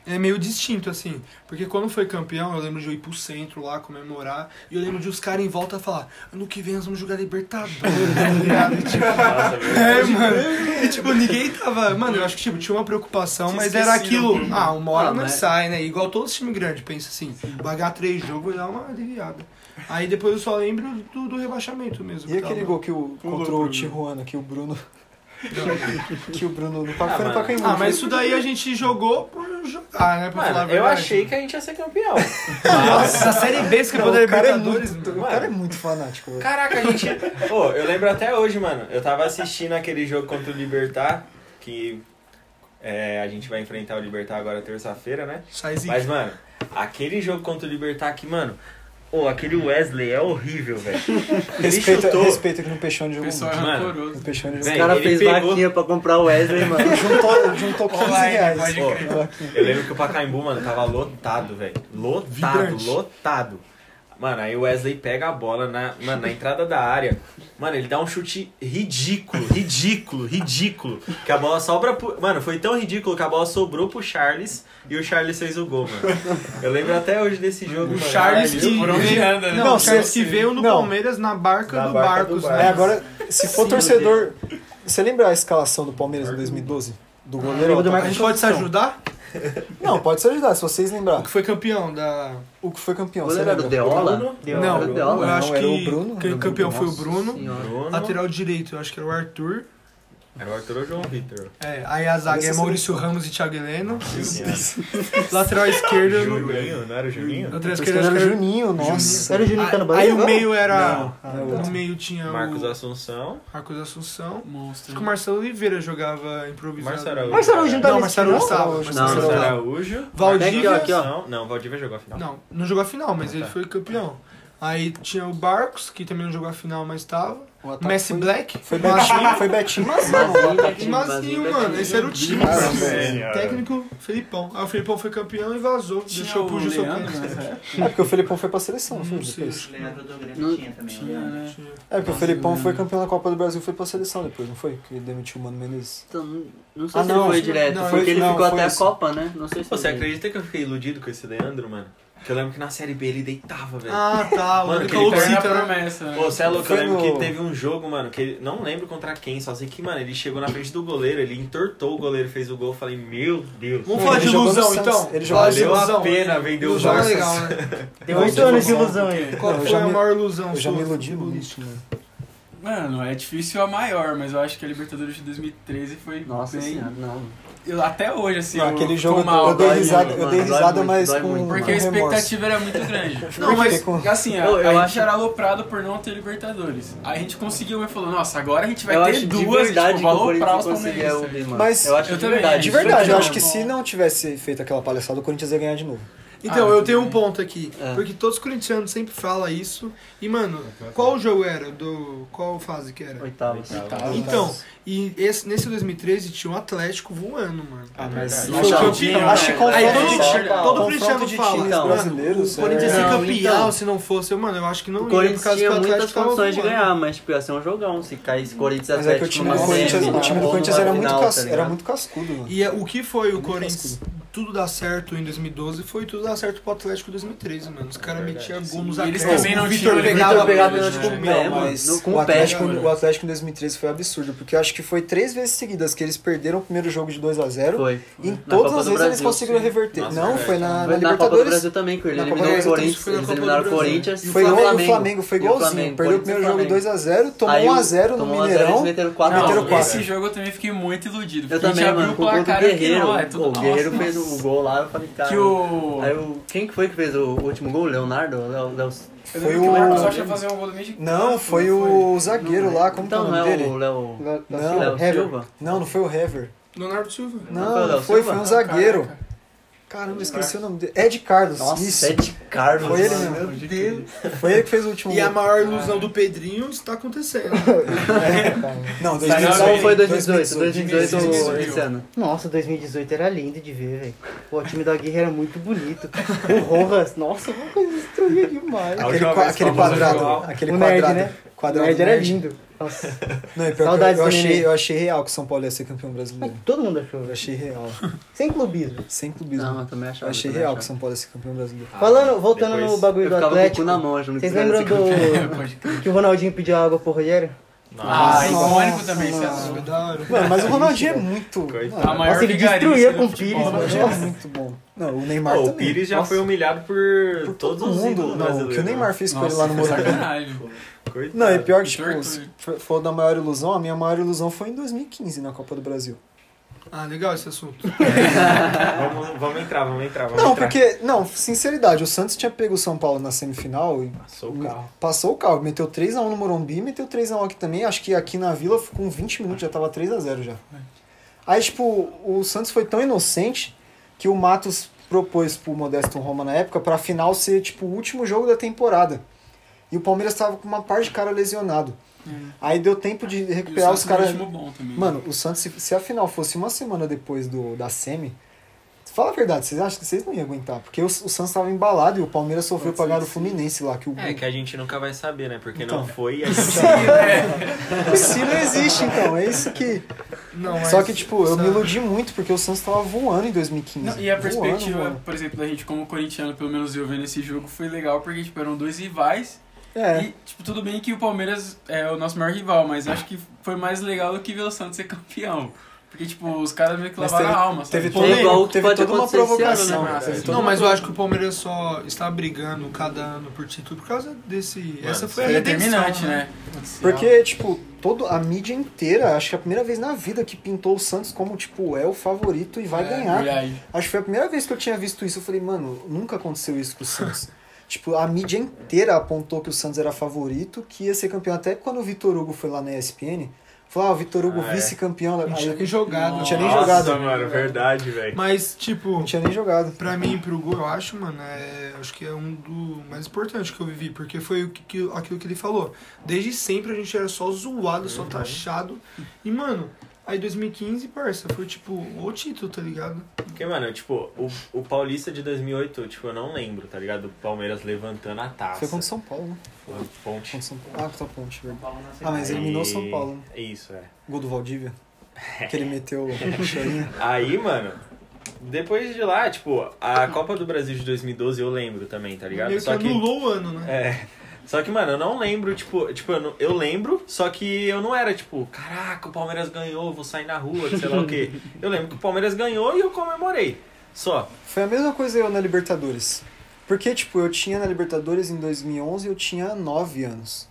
é meio distinto, assim. Porque quando foi campeão, eu lembro de eu ir pro centro lá comemorar. E eu lembro de os caras em volta falar: ano que vem nós vamos jogar Libertadores. tá ligado? Tipo, Nossa, é, mano. E, tipo, ninguém tava. Mano, eu acho que tipo, tinha uma preocupação, Tinha mas era esquecido. aquilo. Ah, uma hora Ah, não mas- sai, né? Igual todos os times grandes, pensa assim: pagar três jogos vai dar uma aliviada. Aí depois eu só lembro do, do rebaixamento mesmo. E que tá tava- aquele gol que o Pulou, contra o Bruno. Tijuana, que o Bruno. que o Bruno no Paco Ah, foi no mano. Pacaembu. Ah, mas isso daí a gente jogou por jogar, né? Pra falar a Mano, eu verdade. achei que a gente ia ser campeão. tá- Nossa, a Série B, esse campeão da o cara é Libertadores, muito, mano. o cara é muito fanático. velho. Caraca, a gente. Ô, eu lembro até hoje, mano. Eu tava assistindo aquele jogo contra o Libertar, que é, a gente vai enfrentar o Libertar agora terça-feira, né? Sai zica. Mas, mano, aquele jogo contra o Libertar aqui, mano. Ô, aquele Wesley é horrível, velho. Ele Respeita, chutou. respeita que no Peixão de O jogo. pessoal é muito. Mano. rancoroso. No Peixão de O jogo. Bem, cara ele fez pegou- vaquinha pra comprar o Wesley, mano. Juntou, juntou 15 Online, reais. pode Ó, crer. eu lembro que o Pacaembu, mano, tava lotado, velho. Lotado, Vibrante. lotado. Mano, aí o Wesley pega a bola na, mano, na entrada da área. Mano, ele dá um chute ridículo, ridículo, ridículo. Que a bola sobra pro. Mano, foi tão ridículo que a bola sobrou pro Charles e o Charles fez o gol, mano. Eu lembro até hoje desse jogo. O mano. Charles Caralho, que eu- por onde anda, né? Não, Não, o Charles se- que veio no não. Palmeiras na barca Na do barca do Barcos, Barcos. né? É, agora, se for Sim, torcedor. Você lembra a escalação do Palmeiras em 2012? Ah, Do goleiro lembro do ao A gente atacante? pode se ajudar? Não, pode se ajudar, se vocês O lembrarem. que foi campeão da... O que foi campeão? O Você goleiro era o lembra? Deola? Deola. Não, Era o eu Não, Deola. acho era que o Bruno, quem era o campeão Bruno. foi o Bruno. Senhora. Bruno. Lateral direito, eu acho que era o Arthur. Era o Arthur ou o João Vitor? É, aí a zaga é Esse Maurício Ramos e Thiago Heleno. Sim, Lateral esquerda... eu não- Juninho, não era o Juninho? Lateral Por esquerda esquerda, era o acho que Juninho, nossa. Era o Juninho que tá era... no Bahia? Ah, Aí o agora? meio era... Não, era outro. No meio tinha o Marcos Assunção. Marcos Assunção. Acho Monstro. que o Marcelo Oliveira jogava improvisado. Marcelo Araújo. Marcelo Araújo não tá Não, nesse time, Marcelo não? Gustavo. Não, Marcos Marcelo Gustavo. é Araújo. Valdívia. Aqui, ó. Não, não, Valdívia jogou a final. Não, não jogou a final, mas Ah, ele tá. foi campeão. Aí tinha o Barcos, que também não jogou a final, mas tava. O ataque Messi foi- Black. Foi Betinho, foi Betinho, mas não. E Mazinho, mano, esse era o time. Cara, mano. velho. Técnico, Felipão. Aí o Felipão foi campeão e vazou. deixou pro Gilson Kleina. né? É porque o Felipão foi pra seleção, não foi? Não sei. Depois. Leandro do Não Grêmio tinha também. Tinha, né? né? É porque o Nossa, Felipão né? foi campeão da Copa do Brasil e foi pra seleção depois, não foi? Que demitiu o Mano Menezes. Então, não sei Ah, se não, ele foi acho- direto, não, foi acho- porque ele não, ficou foi até a isso. Copa, né? Não sei se Você ele- acredita que eu fiquei iludido com esse Leandro, mano? Que eu lembro que na Série B ele deitava, velho. Ah, tá. O Mano, Mano, aquele falou cara Perna Cita, né? promessa, né? Ô, você é louco, eu Foi lembro no- que teve um jogo, mano, que ele, não lembro contra quem, só sei que, mano, ele chegou na frente do goleiro, ele entortou o goleiro, fez o gol, eu falei, meu Deus. Vamos Não, falar ele de jogou no ilusão, Santos. então. Ele jogou- Falar de Valeu a ilusão. pena vender o Ilusão é Barça. legal, né? Tem oito anos de ilusão aí. Qual Não, eu foi já a me- maior ilusão Eu já sua? tipo, me iludi muito, né? mano. Mano, é difícil a maior, mas eu acho que a Libertadores de 2013 foi Nossa bem... senhora, não. Eu- até hoje, assim, Não, eu aquele tô jogo mal, eu dei dói, risada, mano. eu dei Dói risada muito, mas dói com muito, Porque a com remorso. expectativa era muito grande. Não, mas... Fiquei com- Assim, a, Eu- eu a gente acho- era aloprado por não ter Libertadores. Aí a gente conseguiu e falou, nossa, agora a gente vai eu ter acho de duas, e, verdade tipo, que o aloprar os Corinthians conseguia palmeirenses. ouvir, mano. Mas- eu acho Eu de também, verdade. né? De Isso verdade, eu foi acho que bom. se não tivesse feito aquela palhaçada, o Corinthians ia ganhar de novo. Então, Ah, eu tudo tenho um bem. ponto aqui. É. Porque todos os corintianos sempre falam isso. E, mano, qual jogo era? Do, qual fase que era? Oitavas. Então, e esse, nesse 2013 tinha um Atlético voando, mano. Ah, mas Então, acho que- Coutinho, acho que né? confronto Aí de todo, time- todo confronto corintiano de fala, times então, brasileiros. o Corinthians ia é- ser Não, campeão então. se não fosse. eu, Mano, eu acho que não O ia, por Corinthians causa que tinha o muitas Atlético tava condições de voando. ganhar, mas tipo, ia ser um jogão se caísse Corinthians e Mas é que Atlético o time numa do série, Corinthians, numa o time do bola Corinthians na era muito, final, tá cas- era ligado? muito cascudo, mano. E é, o que foi o Muito Corinthians cascudo. tudo dar certo em 2012 foi tudo dar certo pro Atlético em 2013, mano. Os caras metiam gol nos E eles acréscimos, também não o Vitor tinham né? pegava Vitor pegava pênalti pênalti com com o pé, É, mano. mano, Mas não, com o, o pé, Atlético, mano. o Atlético em 2013 foi absurdo, porque eu acho que foi três vezes seguidas que eles perderam o primeiro jogo de 2 a 0 Foi. Em Na todas Copa as do vezes eles Brasil, conseguiram sim. reverter. Nossa, não, é. foi Ah, na, na Na Copa do Libertadores. Brasil também, que ele Na Copa do eliminou o Brasil, Corinthians, foi na eles Copa do eliminaram o Brasil. Corinthians e Foi o o Flamengo. e o Flamengo, foi E o igualzinho. Flamengo, Perdeu o Corinthians primeiro e jogo Flamengo. 2x0, tomou Aí o- 1x0 no tomou 1 a um, né? 0, eles Mineirão. Ah, meteram 4 meteram Não, quatro. esse jogo eu também fiquei muito iludido. Eu porque a gente também, abriu mano, o com o gol do placar e eu fiquei, Guerreiro. não, é tudo Pô, o nosso. Guerreiro fez o gol lá, eu falei, cara... Que o... Aí o... Quem que foi que fez o último gol? Leonardo? Léo- Léo- Eu Foi lembro que o Marcos o- Rocha fazer um gol do México. Não, foi o zagueiro Não, lá, como que é então, o nome não é o dele? Léo... Não, Léo Hever. Silva? Não, não foi o Hever. Leonardo Silva. Não, foi o não Léo foi, Silva? foi um zagueiro. Ah, Caraca. Caramba, eu esqueci o nome dele. Ed Carlos, Nossa, isso. Ed Carlos. Foi ele mano. mesmo. Meu Deus. Foi ele que fez o último E a gol. maior ilusão do Pedrinho está acontecendo. É, Não, Não, 2018. foi 2018. 2018. 2018 esse ano. Nossa, 2018 era lindo de ver, velho. Pô, O time da Guerra era muito bonito. O Rojas, nossa, o Rojas destruía demais. A Aquele, última qua- vez que aquele o Palmeiras quadrado. jogou- Aquele O nerd, quadrado. né? O Quadrado nerd era nerd. lindo. Nossa, Não, é pior que eu- Saudades eu, do achei, Nenê. eu achei real que o São Paulo ia ser campeão brasileiro. todo mundo Eu achou, velho. achei real. Sem clubismo. Sem clubismo. Não, eu também eu achava. achei também real que o achava. São Paulo ia ser campeão brasileiro. Falando, voltando Ah, depois no Eu bagulho do ficava com o cu Atlético. na mão, achando que Vocês isso era lembram esse campeão. do. que o Ronaldinho pediu água pro Rogério? Ah, Nossa, icônico também, um mano. esse assunto. Da hora. Mano, mas o Ronaldinho é muito. Coitado. mano, A maior Nossa, ele vigarista destruía do com o futebol, o Pires, né? Ronaldinho é muito bom. Não, o Neymar Pô, o também. Pires já Nossa, foi humilhado por, todos todo os mundo. ídolos Não, o que o brasileiros. né? Neymar fez com ele Nossa, lá no Morumbi. sacanagem. Coitado. Não, e pior que, tipo, Tortura. se for- for da maior ilusão, a minha maior ilusão foi em 2015, na Copa do Brasil. Ah, legal esse assunto. Vamos, vamos entrar, vamos entrar, vamos Não, entrar. porque, não, sinceridade, o Santos tinha pego o São Paulo na semifinal e Passou o carro. passou o carro. Meteu 3x1 no Morumbi, meteu 3x1 aqui também. Acho que aqui na Vila, com 20 minutos, já tava 3x0 já. É. Aí, tipo, o Santos foi tão inocente que o Matos propôs pro Modesto Roma na época pra final ser, tipo, o último jogo da temporada. E o Palmeiras tava com uma par de cara lesionado. Aí deu tempo de É. E o recuperar Santos os caras. no ritmo bom também. Mano, o Santos, se, se a final fosse uma semana depois do, da semi, fala a verdade, vocês acham que vocês não iam aguentar? Porque o, o Santos tava embalado e o Palmeiras sofreu Pode pra ser ganhar que do Fluminense lá, que o É, que a gente nunca vai saber, né? Porque Então. não foi e a gente... o se não existe, então. É isso que. Não, Só mas- que, tipo, eu sabe? me iludi muito porque o Santos tava voando em 2015. Não, e a perspectiva, Voando, voando. por exemplo, da gente como corintiano, pelo menos eu vendo esse jogo, foi legal porque tipo, eram dois rivais. É. E, tipo, tudo bem que o Palmeiras é o nosso maior rival, mas acho que foi mais legal do que ver o Santos ser campeão. Porque, tipo, os caras meio que Mas lavaram teve- a alma, sabe? Teve, Tipo, Pô, todo- igual o que teve pode toda uma acontecer esse ano, provocação. né, teve cara? toda Não, uma mas eu acho que o Palmeiras só está brigando cada ano por título por causa desse. Essa foi a Foi redenção, é determinante, né? Porque, tipo, todo, a mídia inteira, acho que é a primeira vez na vida que pintou o Santos como, tipo, é o favorito e vai É, ganhar. verdade. Acho que foi a primeira vez que eu tinha visto isso. Eu falei, mano, nunca aconteceu isso com o Santos. tipo, a mídia inteira apontou que o Santos era favorito, que ia ser campeão. Até quando o Vitor Hugo foi lá na ESPN, falou, ah, o Vitor Hugo Ah, é. vice-campeão. da- Não Aí tinha eu nem jogado. Não tinha nem Nossa, jogado. mano, verdade, velho. Mas, tipo, não tinha nem jogado. pra mim, pro gol, eu acho, mano, é, acho que é um do mais importante que eu vivi, porque foi o que, que- aquilo que ele falou. Desde sempre a gente era só zoado, só taxado. E, mano, aí 2015, parça, foi tipo o título, tá ligado? Porque, mano, tipo, o, o Paulista de 2008, tipo, eu não lembro, tá ligado? O Palmeiras levantando a taça. Foi contra o São Paulo, né? Foi um Ponte. Contra o São Paulo. Ah, contra a ponte, verdade. Ah, mas eliminou o Aí- São Paulo. né? Isso, é. Gol do Valdívia. Que ele meteu o chorinho. Aí, mano, depois de lá, tipo, a Copa do Brasil de 2012 eu lembro também, tá ligado? Meio que Só que. anulou o ano, né? É. Só que, mano, eu não lembro, tipo, tipo eu, não- eu lembro, só que eu não era, tipo, caraca, o Palmeiras ganhou, eu vou sair na rua, sei lá o quê. Eu lembro que o Palmeiras ganhou e eu comemorei. Só. Foi a mesma coisa eu na Libertadores. Porque, tipo, eu tinha na Libertadores em 2011, eu tinha 9 anos.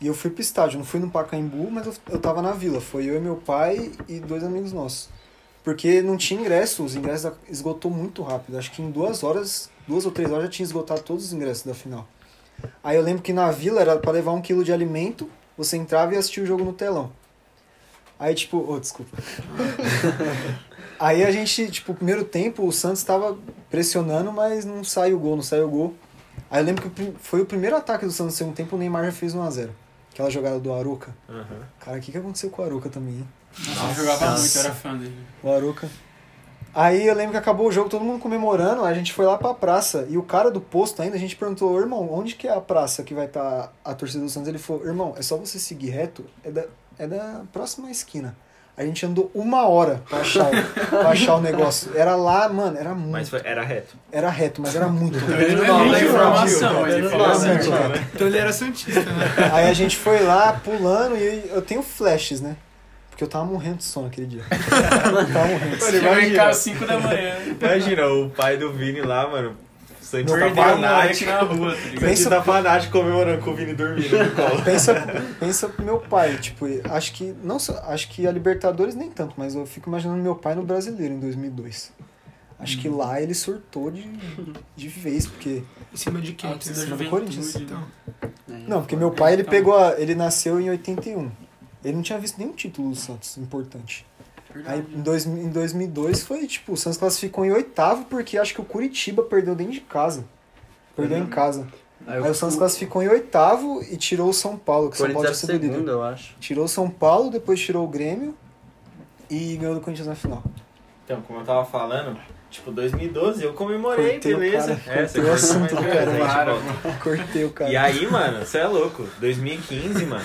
E eu fui pro estádio, não fui no Pacaembu, mas eu, eu tava na vila. Foi eu e meu pai e dois amigos nossos. Porque não tinha ingresso, os ingressos da- esgotou muito rápido. Acho que em duas horas, duas ou três horas já tinha esgotado todos os ingressos da final. Aí eu lembro que na vila era pra levar um quilo de alimento, você entrava e assistia o jogo no telão. Aí, tipo, oh, desculpa. Aí a gente, tipo, primeiro tempo, o Santos tava pressionando, mas não saiu o gol, não saiu o gol. Aí eu lembro que o prim- foi o primeiro ataque do Santos no segundo tempo, o Neymar já fez 1x0. Aquela jogada do Aruca. Aham. Cara, o que, que aconteceu com o Aruca também, hein? Nossa, eu jogava muito, Nossa. era fã dele. O Aruca. Aí eu lembro que acabou o jogo, todo mundo comemorando, aí a gente foi lá pra praça. E o cara do posto ainda, a gente perguntou, "Ô, irmão, onde que é a praça que vai estar a torcida do Santos? Ele falou, irmão, é só você seguir reto, é da, é da próxima esquina. A gente andou uma hora pra achar, o- pra achar o negócio. Era lá, mano, era muito. Mas foi- era reto. Era reto, mas era muito. Ele não Não, é nem não, informação, não, ele Tá não, falou não, certo. não, Exatamente. Então ele era Santista, né? Aí a gente foi lá pulando e eu tenho flashes, né? Porque eu tava morrendo de sono aquele dia. Eu tava morrendo. de sono. Chegou em casa às 5 da manhã. Imagina, o pai do Vini lá, mano, Santos Não, tá tá Perdeu o moleque fanático. na rua, tá ligado? Santos Pensa- tá fanático comemorando com o Vini dormindo no colo. Pensa, pensa pro meu pai, tipo, acho que não só- acho que a Libertadores nem tanto, mas eu fico imaginando meu pai no Brasileiro em 2002. Acho que lá ele surtou de, de vez, porque Em cima de quem? Ah, precisa entendeu? juventude, Corinthians. então. Então, não, porque meu pai ele pegou, a, ele nasceu em 81. Ele não tinha visto nenhum título do Santos importante. Aí, em, dois, em 2002 foi tipo, o Santos classificou em oitavo porque acho que o Curitiba perdeu dentro de casa. Perdeu em casa. Aí o Santos classificou em oitavo e tirou o São Paulo, que o São Paulo tinha Corinthians sido era líder. segundo, eu acho. Tirou o São Paulo, depois tirou o Grêmio e ganhou do Corinthians na final. Então, como eu tava falando, tipo, 2012 eu comemorei, Cortei o beleza. cara, É, você cortei o cortou, assunto, mas beleza, cara. a gente Claro, volta. Cortei o cara. E aí, mano, você é louco. 2015, mano.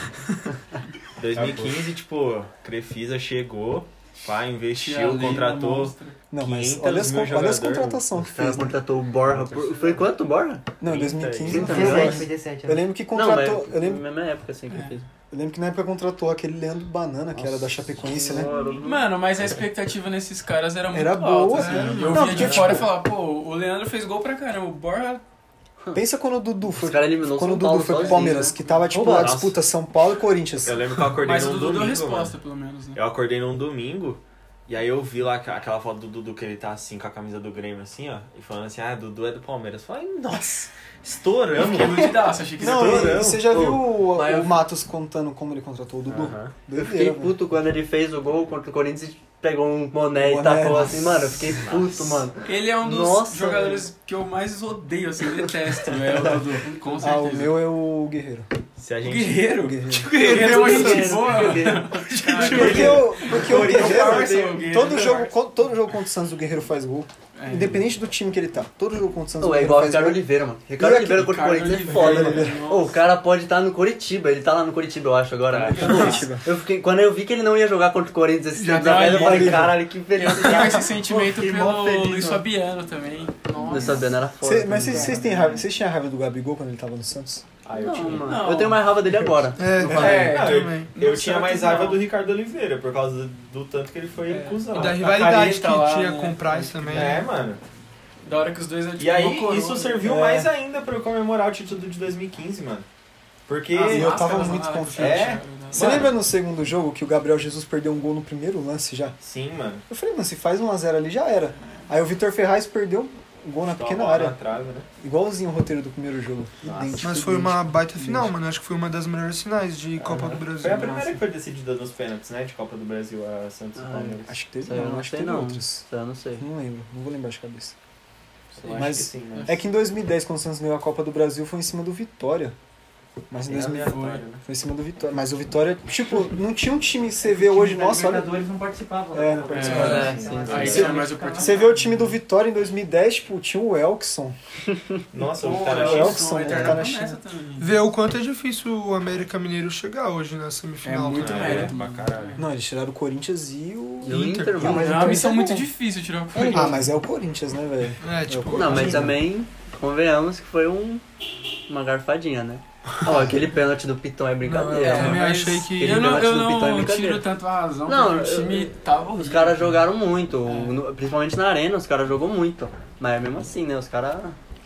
2015, tipo, Crefisa chegou. Pai Tia investiu, Leila, contratou. monstro. Não, mas 500 olha as, mil con- olha as jogador. contratações que O cara fez. né? contratou o Borra por... Foi quanto o Borra? Não, em 2015, 2015 não 30 fez. milhões. 17, foi 17. Eu lembro que Não, mas contratou. Eu lembro, na minha época assim que eu fiz. eu lembro que na época contratou aquele Leandro Banana, que era da Chapecoense, né? Mano, mas a expectativa nesses caras era muito Era alta, boa, assim. né? Eu Não, via porque, de fora e tipo- falava, pô, o Leandro fez gol pra caramba, o Borja... Pensa quando o Dudu foi. caras eliminou Quando São o Paulo Dudu foi pro sozinho, Palmeiras, né? que tava tipo Oba, a nossa. disputa São Paulo e Corinthians. Eu lembro que eu acordei Mas num o Dudu deu domingo, resposta, mano. pelo menos, um né? Eu acordei num domingo e aí eu vi lá aqua- aquela foto do Dudu que ele tá assim com a camisa do Grêmio assim, ó, e falando assim: "Ah, Dudu é do Palmeiras". Eu falei: "Nossa, Eu estouramos". fiquei iludidaço, achei que Não, ia e, ser e você já Ô, viu o, mas eu- o Matos contando como ele contratou o Dudu? Aham. Eu fiquei Doideira, mano. puto quando ele fez o gol contra o Corinthians e pegou um boné e Boné, tacou nossa. assim, mano. Eu fiquei puto, mano. Ele é um dos Nossa, jogadores que eu mais odeio, assim, eu detesto, é o Dudu, com certeza. Ah, o meu é o Guerreiro. Se a O gente Guerreiro? O Guerreiro. O Guerreiro é uma gente boa, mano. Porque, o, porque o Guerreiro. parça, o Guerreiro Todo é jogo, parça. co- todo jogo contra o Santos, o Guerreiro faz gol. É. Independente do time que ele tá. Todo jogo contra o Santos, Ô, o é Guerreiro igual o faz Ricardo gol. Oliveira, mano. Ricardo aqui, Oliveira contra o Ricardo Corinthians é Oliveira, foda, mano. nossa. Ô, o cara pode estar no Curitiba. Ele tá lá no Curitiba, eu acho, agora. né? Curitiba. Eu fiquei, quando eu vi que ele não ia jogar contra o Corinthians esse Já tempo deu atrás, uma eu falei, alívio. caralho, que Eu tenho esse feliz. sentimento Fiquei mó pelo feliz, Luiz mano. Fabiano também. Nossa. Eu sabendo, era foda. né? Cê- mas também. vocês vocês têm raiva? Vocês tinham raiva do Gabigol quando ele tava no Santos? Ah, eu Não, tinha. mano. Não. Eu tenho mais raiva dele agora. É, no Flamengo. Não, eu eu, também. eu Não, tinha será mais que não? raiva do Ricardo Oliveira por causa do tanto que ele foi É. cuzão. Da A rivalidade que careta lá, tinha né? com o Price também. É, mano. Da hora que os dois eram, tipo, E aí, uma coroa, isso né? serviu É. mais ainda pra eu comemorar o título de 2015, mano. Porque. As E Ah, eu máscaras tava lá muito que confiante. tinha, É? né? Você Mano. lembra no segundo jogo que o Gabriel Jesus perdeu um gol no primeiro lance já? Sim, mano. Eu falei, mano, se faz 1x0 ali, já era. Aí o Vitor Ferraz perdeu um gol na Só a pequena bola área. Na trave, né? Igualzinho o roteiro do primeiro jogo. Nossa. Idêntico, Mas foi idêntico. uma baita final, mano. Acho que foi uma das melhores finais É, de Copa né? do Brasil. Foi a primeira que foi decidida nos pênaltis, né? De Copa do Brasil a Santos e Ah, Palmeiras. Acho que teve, Sei, eu não, não acho que sei, teve não. outras. Eu não sei. Não lembro, não vou lembrar de cabeça. Eu acho Mas- que sim, né? É que em 2010, quando o Santos ganhou a Copa do Brasil, foi em cima do Vitória. Mas em é Bem 2000 É aleatório, né? foi em cima do Vitória. Mas o Vitória, tipo, não tinha um time que você vê hoje, nossa, olha. Libertadores não participavam. É, não participava. É, sim, sim. Aí Você- tinha mais oportunidade. Você vê o time do Vitória em 2010, tipo, tinha o Elkson. Nossa, Pô, o cara é o achou. Elkson, Elkson, né? eterna Tá na promessa China. também. Vê o quanto é difícil o América Mineiro chegar hoje na semifinal. É muito cara. mérito. pra caralho. Não, eles tiraram o Corinthians e o. E o Inter, Ah, mano. mas É o uma Corinthians missão é muito bom. difícil tirar o Ah, mas é o Corinthians, né, velho? É, tipo, Não, mas também, convenhamos que foi um, uma garfadinha, né? Ó, aquele pênalti do Piton é não, brincadeira. eu É, também mas achei que. ele Eu não, deu eu uma desculpita, é não brincadeira. tiro tanto a razão, Não, porque o eu- time tava Os horrível. caras jogaram muito, Uhum. É. no- principalmente na arena, os caras jogou muito. Mas é mesmo assim, né? Os caras.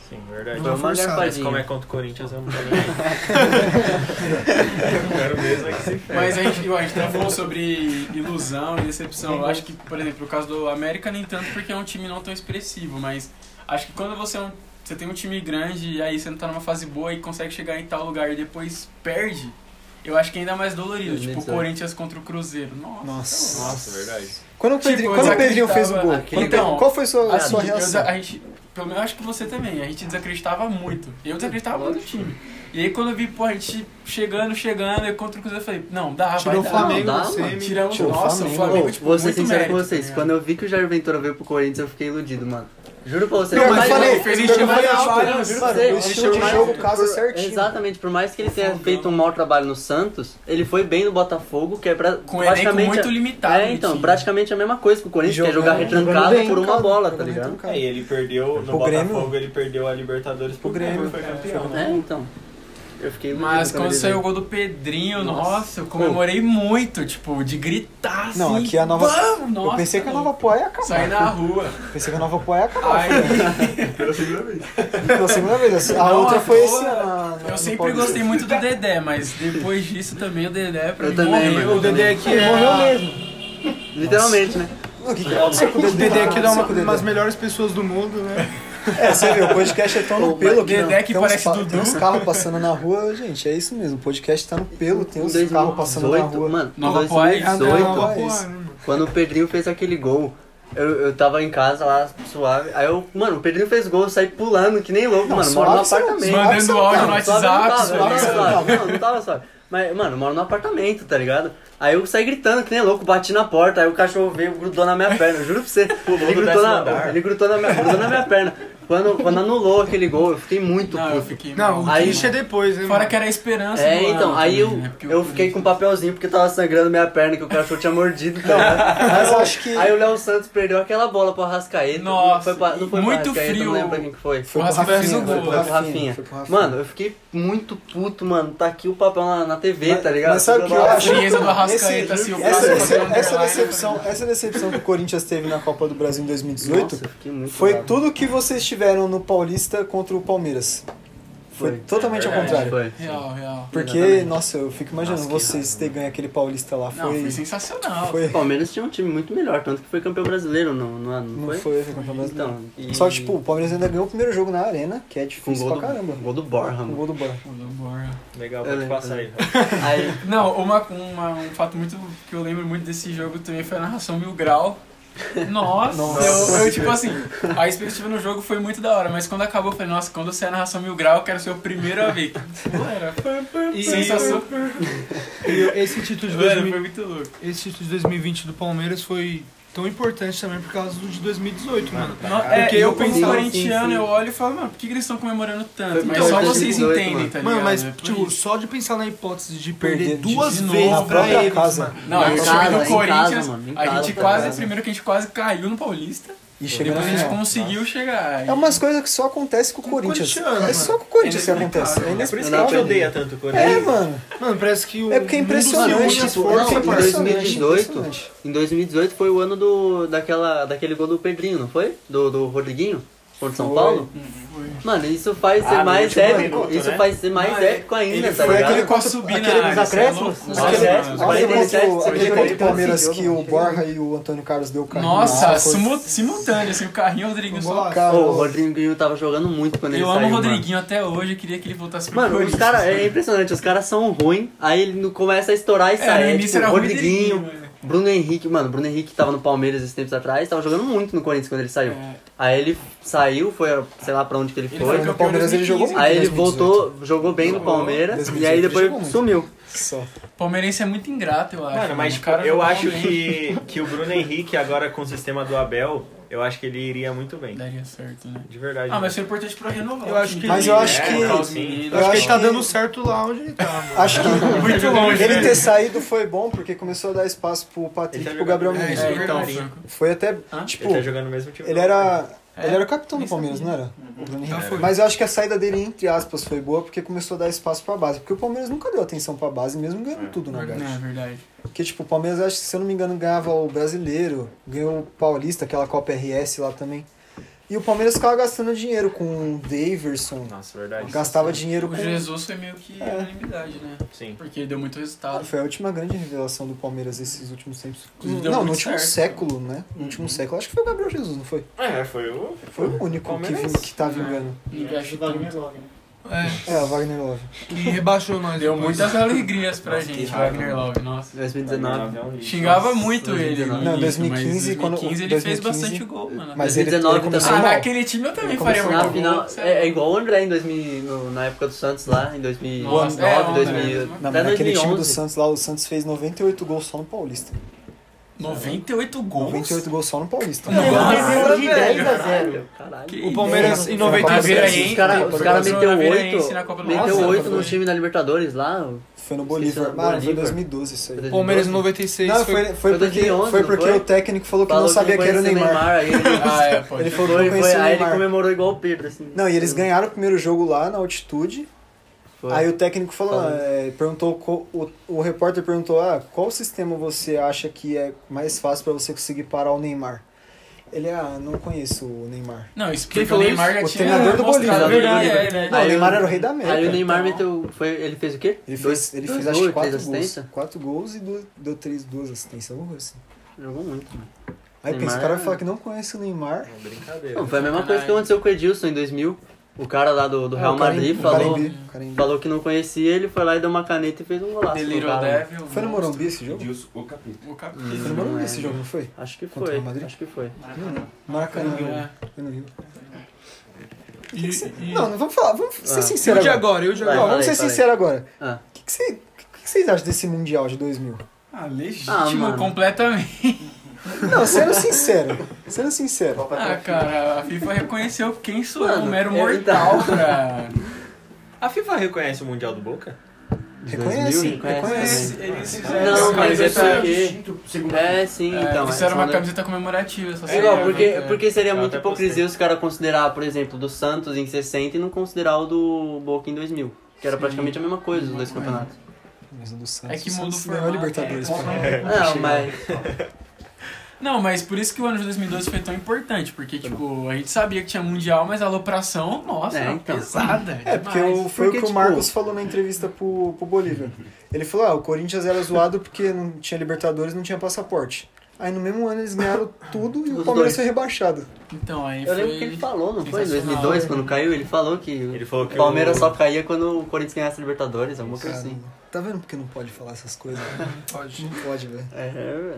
Sim, verdade. Foi Não, uma forçado, Mas como é garfadinha. contra o Corinthians, eu não tô nem aí. Eu quero mesmo é que se ferre. Mas a gente, a gente tá falando sobre ilusão e decepção. Eu acho que, por exemplo, o caso do América nem tanto porque é um time não tão expressivo, mas acho que quando você, é um- você tem um time grande e aí você não tá numa fase boa e consegue chegar em tal lugar e depois perde, eu acho que ainda é mais dolorido. Tipo, o 2018. Corinthians contra o Cruzeiro. Nossa. Nossa. Nossa, verdade. Quando o Tipo, Pedrinho, quando o eu Pedrinho fez o gol, acreditava- quando o Então, Pedrinho- qual foi sua- a assim, sua Eu reação? desa- a gente, pelo menos eu acho que você também, a gente desacreditava muito. Eu desacreditava muito do time. E aí quando eu vi, pô, a gente chegando, chegando, eu contra o Cruzeiro, eu falei, não, dá, Tirou o vai dar. Flamengo Não, da dá, semi. mano. Tiramos, Tirou o nossa, o Flamengo. Flamengo, Ô, tipo, vou ser muito sincero mérito, com vocês, né? quando eu vi que o Jair Ventura veio pro Corinthians, eu fiquei iludido, mano. Juro pra vocês. Não, mas mas eu ele falei, fez eu enxergar falei, a bola, tipo, eu juro pra mano, você, o ele estilo de enxergou jogo mais- casa Por- certinho. Exatamente, por mais que ele tenha Afundou. feito um mau trabalho no Santos, ele foi bem no Botafogo, que é pra, Com um elenco praticamente. muito limitado. assim. é, de então, time. praticamente a mesma coisa que o Corinthians, que é Jogando- jogar jogando retrancado bem, por uma cara, bola, tá jogando ligado? retrancado. Aí É, ele perdeu no O Grêmio- Botafogo, ele perdeu a Libertadores pro O Grêmio. Grêmio, foi campeão. É, então. Eu fiquei iludido Mas quando quando ele saiu veio. o gol do Pedrinho, nossa, eu comemorei muito, tipo, de gritar assim. Não, aqui é a Nova- Vamos, nossa, né? Eu pensei que é a mano. Nova Poá ia Saí acabar. na rua. Pensei que a Nova Poá ia acabar. Aí, Pela segunda vez. A Não, outra à foi toa, esse ano. na- no eu sempre Paulista. gostei muito do Dedé, mas depois disso também o Dedé pra Eu mim também, morreu. mano. O Dedé aqui Ele morreu é. mesmo. Literalmente, né? O que que aconteceu com o O Dedé? Dedé aqui é uma O que aconteceu com o Dedé? das melhores pessoas do mundo, né? É, você vê, o podcast é tão no O pelo que Dedé não. que tem uns parece pa- Dudu. Tem uns carros passando na rua, gente, é isso mesmo. O podcast tá no pelo, tem uns carros passando na rua. Mano, em Nova Poá e Ah, não, 2018, uma é porra, isso. né, mano? quando o Pedrinho fez aquele gol, eu, eu tava em casa lá, suave. Aí eu, mano, o Pedrinho fez gol, eu saí pulando que nem louco, Não, mano. Moro no suave, apartamento. suave, Mandando áudio no Suave eu WhatsApp, não tava, eu suave. tava suave. Não, não tava suave. Mas, mano, eu moro no apartamento, tá ligado? Aí eu saí gritando que nem louco, bati na porta, aí o cachorro veio, grudou na minha perna, eu juro pra você. Pulou ele, do grudou décimo na, andar. ele grudou na minha, grudou na minha perna. Quando, quando anulou aquele gol, eu fiquei muito Não, eu puto. fiquei. Não, o Aí- triste é depois, né? Fora mano? que era a esperança. É, do ano então, aí eu, também, né? Porque o eu fiquei com um papelzinho porque tava sangrando minha perna, que o cachorro tinha mordido. Então, Mas eu acho que Aí o Léo Santos perdeu aquela bola pro Arrascaeta. não Nossa, foi pra, não foi pra muito Arrascaeta, frio. Não lembro pra quem que foi. foi pro Nossa, Rafinha. mas o Foi gol, pro né? Rafinha. Rafinha. foi pro Rafinha. Mano, eu fiquei muito puto, mano. Tá aqui o papel na, na TV, Mas- tá ligado? mas sabe o que eu Nossa, A acho? frieza do Arrascaeta, Esse- assim, o essa, braço essa- fazendo essa underline. decepção, essa decepção que o Corinthians teve na Copa do Brasil em 2018 eu fiquei muito foi bravo. tudo que vocês tiveram no Paulista contra o Palmeiras. Foi, Foi. É, totalmente ao Verdade, contrário. Foi. Real, real. Porque, Exatamente. nossa, eu fico imaginando Nossa, que vocês raiva, ter ganho aquele Paulista lá. Não, Foi. foi sensacional. foi- O Palmeiras tinha um time muito melhor, tanto que foi campeão brasileiro no, no ano, não não foi? foi, foi contra o Brasil. Então, e- Só que, tipo, o Palmeiras ainda ganhou o primeiro jogo na Arena, que é com o difícil gol do, pra caramba. gol do Borja, Com o mano. gol do Borja. Pô, Bora. Legal, pode É, passar é. aí. Aí, Não, uma, uma- um fato muito que eu lembro muito desse jogo também foi a narração Mil Grau. Nossa, Nossa. Eu, eu, tipo assim, a expectativa no jogo foi muito da hora, mas quando acabou eu falei, nossa, quando sair a narração Mil Grau, eu quero ser o primeiro a ver. Pô, Era E- é sensação. E esse título de Mano, 2000, foi muito louco. esse título de 2020 do Palmeiras foi tão importante também por causa do de 2018, mano. Não, é, Porque eu, eu penso sim, corintiano, sim, sim. eu olho e falo, mano, por que, que eles estão comemorando tanto? Foi Mas então, só mas vocês 18, entendem, mano. tá ligado? Mano, mas, É por tipo, isso. só de pensar na hipótese de perder Perder de- duas de vezes novo, pra própria eles, casa. mano. Não, Em o time casa, do em Corinthians, casa, mano, em a casa, gente tá quase, ligado? primeiro que a gente quase caiu no Paulista, E chegou na depois a gente final. conseguiu chegar. É umas coisas que só acontece com o Com o Corinthians. corintiano, É mano. só com o Corinthians que É inexplicável. acontece. É É por Por isso que inexplicável. a Não, gente odeia tanto o É, Corinthians. mano. Mano, parece que o É porque é mundo se une impressionante. às tipo, forças, não, é parceiro. impressionante, 2018. impressionante. Em 2018 foi o ano do, daquela, daquele gol do Pedrinho, não foi? Do, do Rodriguinho contra São Foi. Paulo? Mano, isso faz ser Ah, no mais último épico. minuto, isso né? faz ser mais Não, épico ainda, ele tá foi ligado? aquele Ele contra- quase subir aquele na área. dos acréscimos? isso é Os louco. Nossa, aquele- mano. aquele Quarenta e sete, contra o- Aquele quarenta e contra o oito, Palmeiras esse que jogo, o Borja e o Antônio Carlos deu o carrinho. Nossa, foi- simu- simultâneo, assim, o carrinho e o Rodriguinho só. Cara, Pô, o Rodriguinho tava jogando muito quando ele Eu saiu, amo o mano. Rodriguinho até hoje, eu queria que ele voltasse pro Mano, os Corinthians. caras, é impressionante, os caras são ruins, aí ele não começa a estourar e É, sai. no É, início tipo, era ruim né? Rodriguinho, dele, mano. Bruno Henrique, mano, Bruno Henrique tava no Palmeiras esses tempos atrás, tava jogando muito no Corinthians quando ele saiu. É, Aí ele saiu, foi, sei lá pra onde que ele Ele foi. No Palmeiras ele jogou muito. em Aí ele 2018. voltou, jogou bem no Palmeiras, e 2018 aí depois jogou muito. sumiu. Só. Palmeirense é muito ingrato, eu acho. Mano, mas o tipo, cara eu jogou acho bem, que, que o Bruno Henrique, agora com o sistema do Abel, eu acho que ele iria muito bem. Daria certo, né? De verdade. É, Ah, mas é, foi importante pra renovar. Eu assim, o acho time. que- Mas eu acho que- colocar os eu meninos. Eu acho que ele tá acho que- dando certo lá onde ele tá, mano. Acho que Muito longe, ele né? ter saído foi bom porque começou a dar espaço pro Ele Patrick tá e pro jogando Gabriel bem. Menino. É, então, Verdade. Franco. Foi até, Hã? tipo, Ele tá jogando no mesmo time. ele era É? ele era o capitão do Nem Palmeiras, não sabia. Uhum. era? Então O Bruno Já Henrique. foi. Mas eu acho que a saída dele, entre aspas, foi boa porque começou a dar espaço pra base. Porque o Palmeiras nunca deu atenção pra base, mesmo ganhando tudo na Não, é verdade. verdade. Porque, tipo, o Palmeiras, acho que, se eu não me engano, ganhava o brasileiro, ganhou o Paulista, aquela Copa RS lá também. E o Palmeiras ficava gastando dinheiro com o Daverson, Nossa, verdade. gastava dinheiro O com. Jesus foi meio que É. unanimidade, né? Sim. Porque deu muito resultado. Foi a última grande revelação do Palmeiras esses últimos tempos. Inclusive, deu não, no muito último certo. século, né? No Uhum. último século, acho que foi o Gabriel Jesus, não foi? É, foi o. Foi o único que, Palmeiras. vim- que tá vingando. Ninguém acha tanto. É, É, a Wagner Love. que rebaixou nós. É, Deu depois. muitas alegrias pra Nossa, que gente, raiva, Wagner mano. Love, nossa. 2019. É um lixo. Xingava muito Nossa, ele. no 2019. Não, início, mas 2015, em quando- 2015 ele fez 2015, bastante gol, mano. Mas 2019 ele, ele começou ah, mal. naquele time eu também Ele começou faria muito Na Acabou, final, gol. sério. é, é igual o André em 2000, no- na época do Santos lá, em 2009, Nossa, é, o André, 2000, né? Não, até mas naquele time do 2011. Santos lá, o Santos fez 98 gols só no Paulista. 98 gols? 98 gols só no Paulista. Não. Ele perdeu de Nossa, 10 a 0. Caralho. Que O Palmeiras isso. Foi em pra 97. Brasileiro, Os caras Foi os cara contra o meteu Brasiliense 8, na Copa do meteu Brasil. 8 no Foi. time da Libertadores lá. Foi no Bolívar. Esqueci, Ah, não, foi Bolívar. 2012 isso aí. Foi Palmeiras em 96 Não, foi... foi, foi Foi porque, 2011, foi não porque foi? o técnico falou que não Falou sabia que era o conhecia Neymar. aí ele- Ah, é, pode. Ele Ele falou que não Foi, foi, conhecia o aí ele Neymar. comemorou igual o Pedro, assim. Não, e eles ganharam o primeiro jogo lá na altitude. Foi. Aí o técnico falou, Falou. é, perguntou, co- o, o repórter perguntou, ah, qual sistema você acha que é mais fácil pra você conseguir parar o Neymar? Ele, ah, não conheço o Neymar. Não, isso Quem porque o falou Neymar já O tinha treinador do mostrado Bolívar, que ele verdade. é, né? Não, Aí o Neymar o- era o rei da América. Aí o Neymar meteu. Foi, ele fez o quê? Ele fez, Dois- ele dois fez acho que gols, três quatro gols. assistências. Quatro gols e duas, deu três, duas assistências, alguma coisa assim. Jogou muito, mano. Aí Neymar pensa, o cara é- vai falar que não conhece o Neymar. É brincadeira. Não, foi a mesma coisa que aconteceu com o Edilson em 2000. O cara lá do, do Ah, Real o cara Madrid em- o cara falou, em- o cara em- falou que não conhecia, ele foi lá e deu uma caneta e fez um golaço. The no Little cara, Devil. mano. Foi no Monstro. Morumbi esse jogo? Edilson, o capítulo. O capítulo. Foi no Não Morumbi é. esse jogo, não foi? Acho que Contra o foi. Real Madrid? Acho que foi. Maracanã. Foi no Rio. E, e- Não, não vamos falar, vamos ser Ah. e o sinceros de agora. agora, e o de Vai, Não, agora. vamos fala ser aí, fala aí. sinceros agora. Ah. O que, que, cê- o que que vocês acham desse Mundial de 2000? Ah, legítimo, Ah, mano. completamente. Não, sendo sincero. Sendo sincero. Ah, cara, a FIFA reconheceu quem sou eu, um Mano, mero é mortal, cara. A FIFA reconhece o Mundial do Boca? Reconhece, 2000, reconhece. também. Eles Não, fizeram mas é camiseta- porque... É, sim, é, então. fizeram uma só- camiseta comemorativa. Só É sei igual, lá, porque, né? porque seria Eu muita até postei. hipocrisia os caras considerar, por exemplo, do Santos em 60 e não considerar o do Boca em 2000, que era Sim. praticamente a mesma coisa, os dois Mesma campeonatos. Mas o do Santos. É que o muda o Santos ganhou a formato, Libertadores. é, pô. é. Não, mas Não, mas por isso que o ano de 2012 foi tão importante, porque, tipo, a gente sabia que tinha Mundial, mas a alopração, nossa, É, era então. pesada. É, porque demais. o- foi Porque, o que o tipo, Marcos falou na entrevista pro, pro Bolívia. Ele falou, ah, o Corinthians era zoado porque não tinha Libertadores, não tinha passaporte. Aí no mesmo ano eles ganharam tudo e Os o Palmeiras dois. foi rebaixado. Então, aí eu foi... lembro que ele falou, não foi? Em sensacional. 2002, quando caiu, ele falou que Ele falou que o Palmeiras o- só caía quando o Corinthians ganhasse a Libertadores, alguma coisa Cara, assim. Tá vendo porque não pode falar essas coisas? Pode. Não pode, velho. É, é.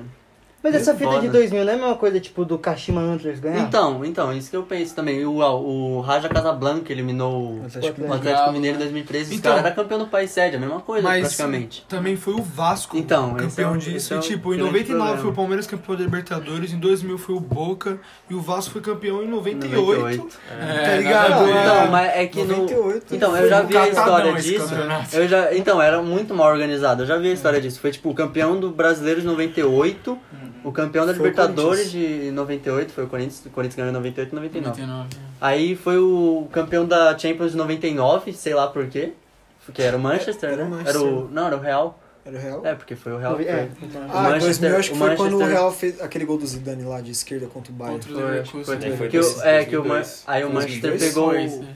Mas essa fita Foda. de 2000 não é a mesma coisa, tipo, do Kashima Antlers ganhar? Então, então, isso que eu penso também. O, o Raja Casablanca eliminou o O Atlético, Atlético Mineiro. Mineiro em 2013, os Então. caras eram campeão do país sede, a mesma coisa, Mas- praticamente. Também foi o Vasco Então, esse é campeão um- esse disso. é e, um tipo, em grande 99 problema. foi o Palmeiras campeão da Libertadores, em 2000 foi o Boca e o Vasco foi campeão em 98. 98. É, Tá ligado? nada a ver. Então, mas é que no... 98. Então, eu Foi já um vi Tá, a catadão história esse disso. campeonato. Eu já, então, era muito mal organizado. Eu já vi a história disso. Foi tipo o campeão do brasileiro de 98, o campeão da Uhum. Foi o Libertadores de 98, foi o Corinthians, o Corinthians ganhou em 98 e 99. 99. Aí foi o campeão da Champions de 99, sei lá por quê. Porque era o Manchester, Era o né? Era É, Manchester. o, não, era o Real. Era o Real? É, porque foi o Real. que É, foi- então, Ah, Manchester- 2000 acho que o foi quando o Manchester- Real fez aquele gol do Zidane lá de esquerda contra o Bayern. Contra o Foi, Leverkusen. foi, Foi que o, é, que o, Man- 2002. aí o Foi Manchester 2002? pegou. Foi esse, né?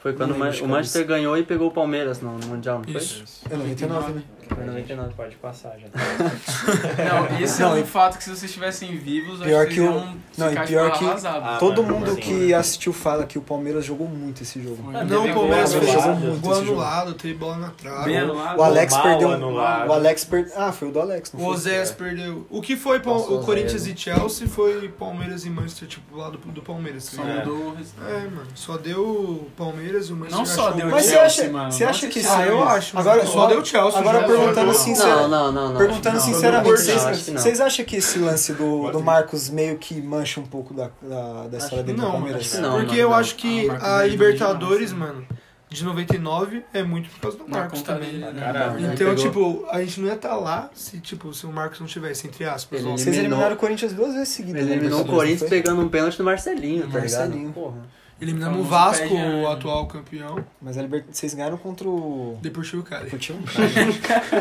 Foi quando Não o, Man- lembro de o Manchester ganhou e pegou o Palmeiras no, no Mundial, não foi? Isso. É 99, né? Foi 99. Pode passar já. Tá Não, esse Não, é e- um fato que se vocês estivessem vivos, Pior acho que que vocês o- iam não, e ficar pior de que- barra arrasada. Ah, Todo mano, mundo como assim, que assistiu fala que o Palmeiras jogou muito esse jogo. Foi. Ah, Não, Teve o Palmeiras gol fez anulado, um esse gol jogo. anulado, teve bola na trave. Bem anulado. O Alex um Mal perdeu. um- anulado. O Alex per... Ah, foi o do Alex, não O foi? Oséias perdeu. O que foi Pal- o Corinthians e Chelsea foi Palmeiras e Manchester, tipo, lá do, do Palmeiras. Só tá ligado? mudou o resultado. É, mano. Só deu o Palmeiras e o Manchester. Não só achou- deu o Mas você Chelsea, acha, mano. você acha Nossa, que isso Ah, isso- é eu acho. Agora- mano. só deu o Chelsea. agora perguntando já. Não, assim, Não, Sincero- não, não, não. Perguntando Não, sinceramente, não, vocês, acho que não. vocês acham que esse lance do, do Marcos meio que mancha um pouco da, da, da história dele do Não, Palmeiras? acho que não. porque eu acho Ah, o que Marcos a Leonardo Libertadores, demais, né? mano, de 99 é muito por causa do Na Marcos conta também. dele, né? Ah, Caralho. Ele Então, pegou. tipo, a gente não ia estar lá se, tipo, se o Marcos não tivesse, entre aspas. Ele- óbvio. Vocês eliminaram Eliminou- o Corinthians duas vezes seguidas. Ele né, eliminou o Libertadores, Corinthians não foi? pegando um pênalti do Marcelinho, tá Marcelinho. ligado? Porra. Eliminamos o Famoso Vasco, pé de- o atual campeão. Mas a Liber... vocês ganharam contra o... Deportivo Cali. Deportivo?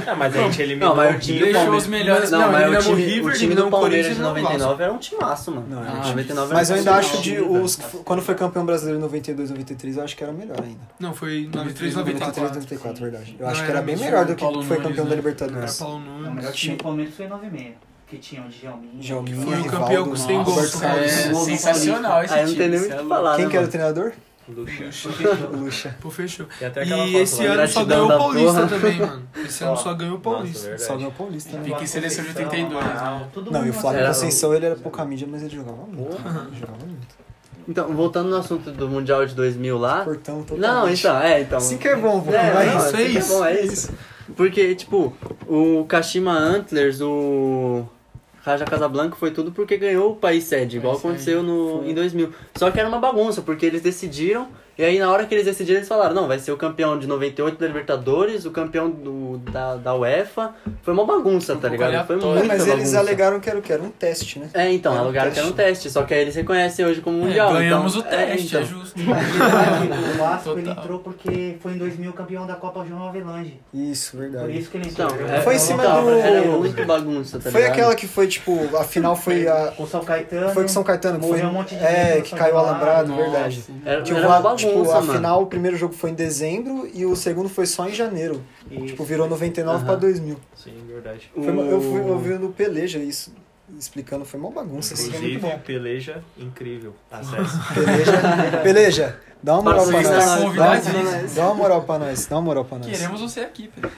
Ah, mas a gente eliminou Não, mas o o time do Deixou Palmeiras. os melhores. Não, mas eliminamos o o time, River, o time do eliminamos o Palmeiras de Corinthians e 99 era um timaço, mano. Não, Não, era um 99 Mas eu ainda era um acho time, de... Os... que f- Quando foi campeão brasileiro em 92, 93, eu acho que era melhor ainda. Não, foi 93, 93, 93, 94. 94, verdade. Eu Não, acho que era era bem muito melhor do que Paulo foi Nunes, campeão né? da Era Libertadores. Paulo é O melhor Nunes. time do Palmeiras foi 9,6. Que tinha o Djalminha. Djalminha, Foi o Rivaldo, campeão com 100 gols. Roberto Carlos. É Novo sensacional esse Aí não time, tem nem isso muito é o que louco. falar, Quem né, que era o mano? treinador? Fechou. Lucha. Pô, fechou. E até aquela E foto esse lá. ano só gratidão ganhou o da Paulista porra. também, mano. Esse ano Ó, só ganhou o Nossa, Paulista. verdade. Só ganhou o Paulista, né? Pique seleção de 82, né? Todo Não, mundo e o Flávio Era- Conceição, ele era pouca mídia, mas ele jogava muito. né? Ele jogava muito. Então, voltando no assunto do Mundial de 2000 Ah, lá. Cortão totalmente. Não, então, é, então. Assim que é bom, pô. É, Vai. não, isso, é assim que isso, bom, é isso. Porque, tipo, o Kashima Antlers, o Raja Casablanca foi tudo porque ganhou o país sede, igual País aconteceu no, em 2000. Só que era uma bagunça, porque eles decidiram, e aí na hora que eles decidiram, eles falaram, não, vai ser o campeão de 98 da Libertadores, o campeão do, da, da UEFA. Foi uma bagunça, tá pouco ligado? Foi aleatório. É, muito mas eles bagunça. alegaram que era o que? Era um teste, né? É, então, Era um alugaram que era um teste, só que aí eles reconhecem hoje como mundial. então- Ganhamos o é, teste, é, então. justo. O Vasco ele Total. entrou porque foi em 2000 campeão da Copa João Avelange. Isso, Por verdade. isso que ele Então, entrou. é- Foi em cima então, do- Era muito bagunça, tá Foi ligado? aquela que foi, tipo, a final foi a. Com São Caetano. Foi com São Caetano, que foi. Morreu um monte de É, gente, que São caiu Paulo. alambrado, Nossa. verdade. Era, Que o era va- uma bagunça, tipo, a mano. final, o primeiro jogo foi em dezembro e o segundo foi só em janeiro. E- Tipo, virou 99 Aham. pra 2000. Sim, verdade. Foi uma- eu fui O- ouvindo o Peleja isso, explicando, foi uma bagunça. Assim, foi muito Inclusive, bom. peleja incrível. Acesso. Peleja, Peleja, dá uma moral pra Patrocina nós. nós, Dá uma- convidadíssimo. Dá uma moral pra nós, dá uma moral pra nós. Queremos você aqui, Pedro.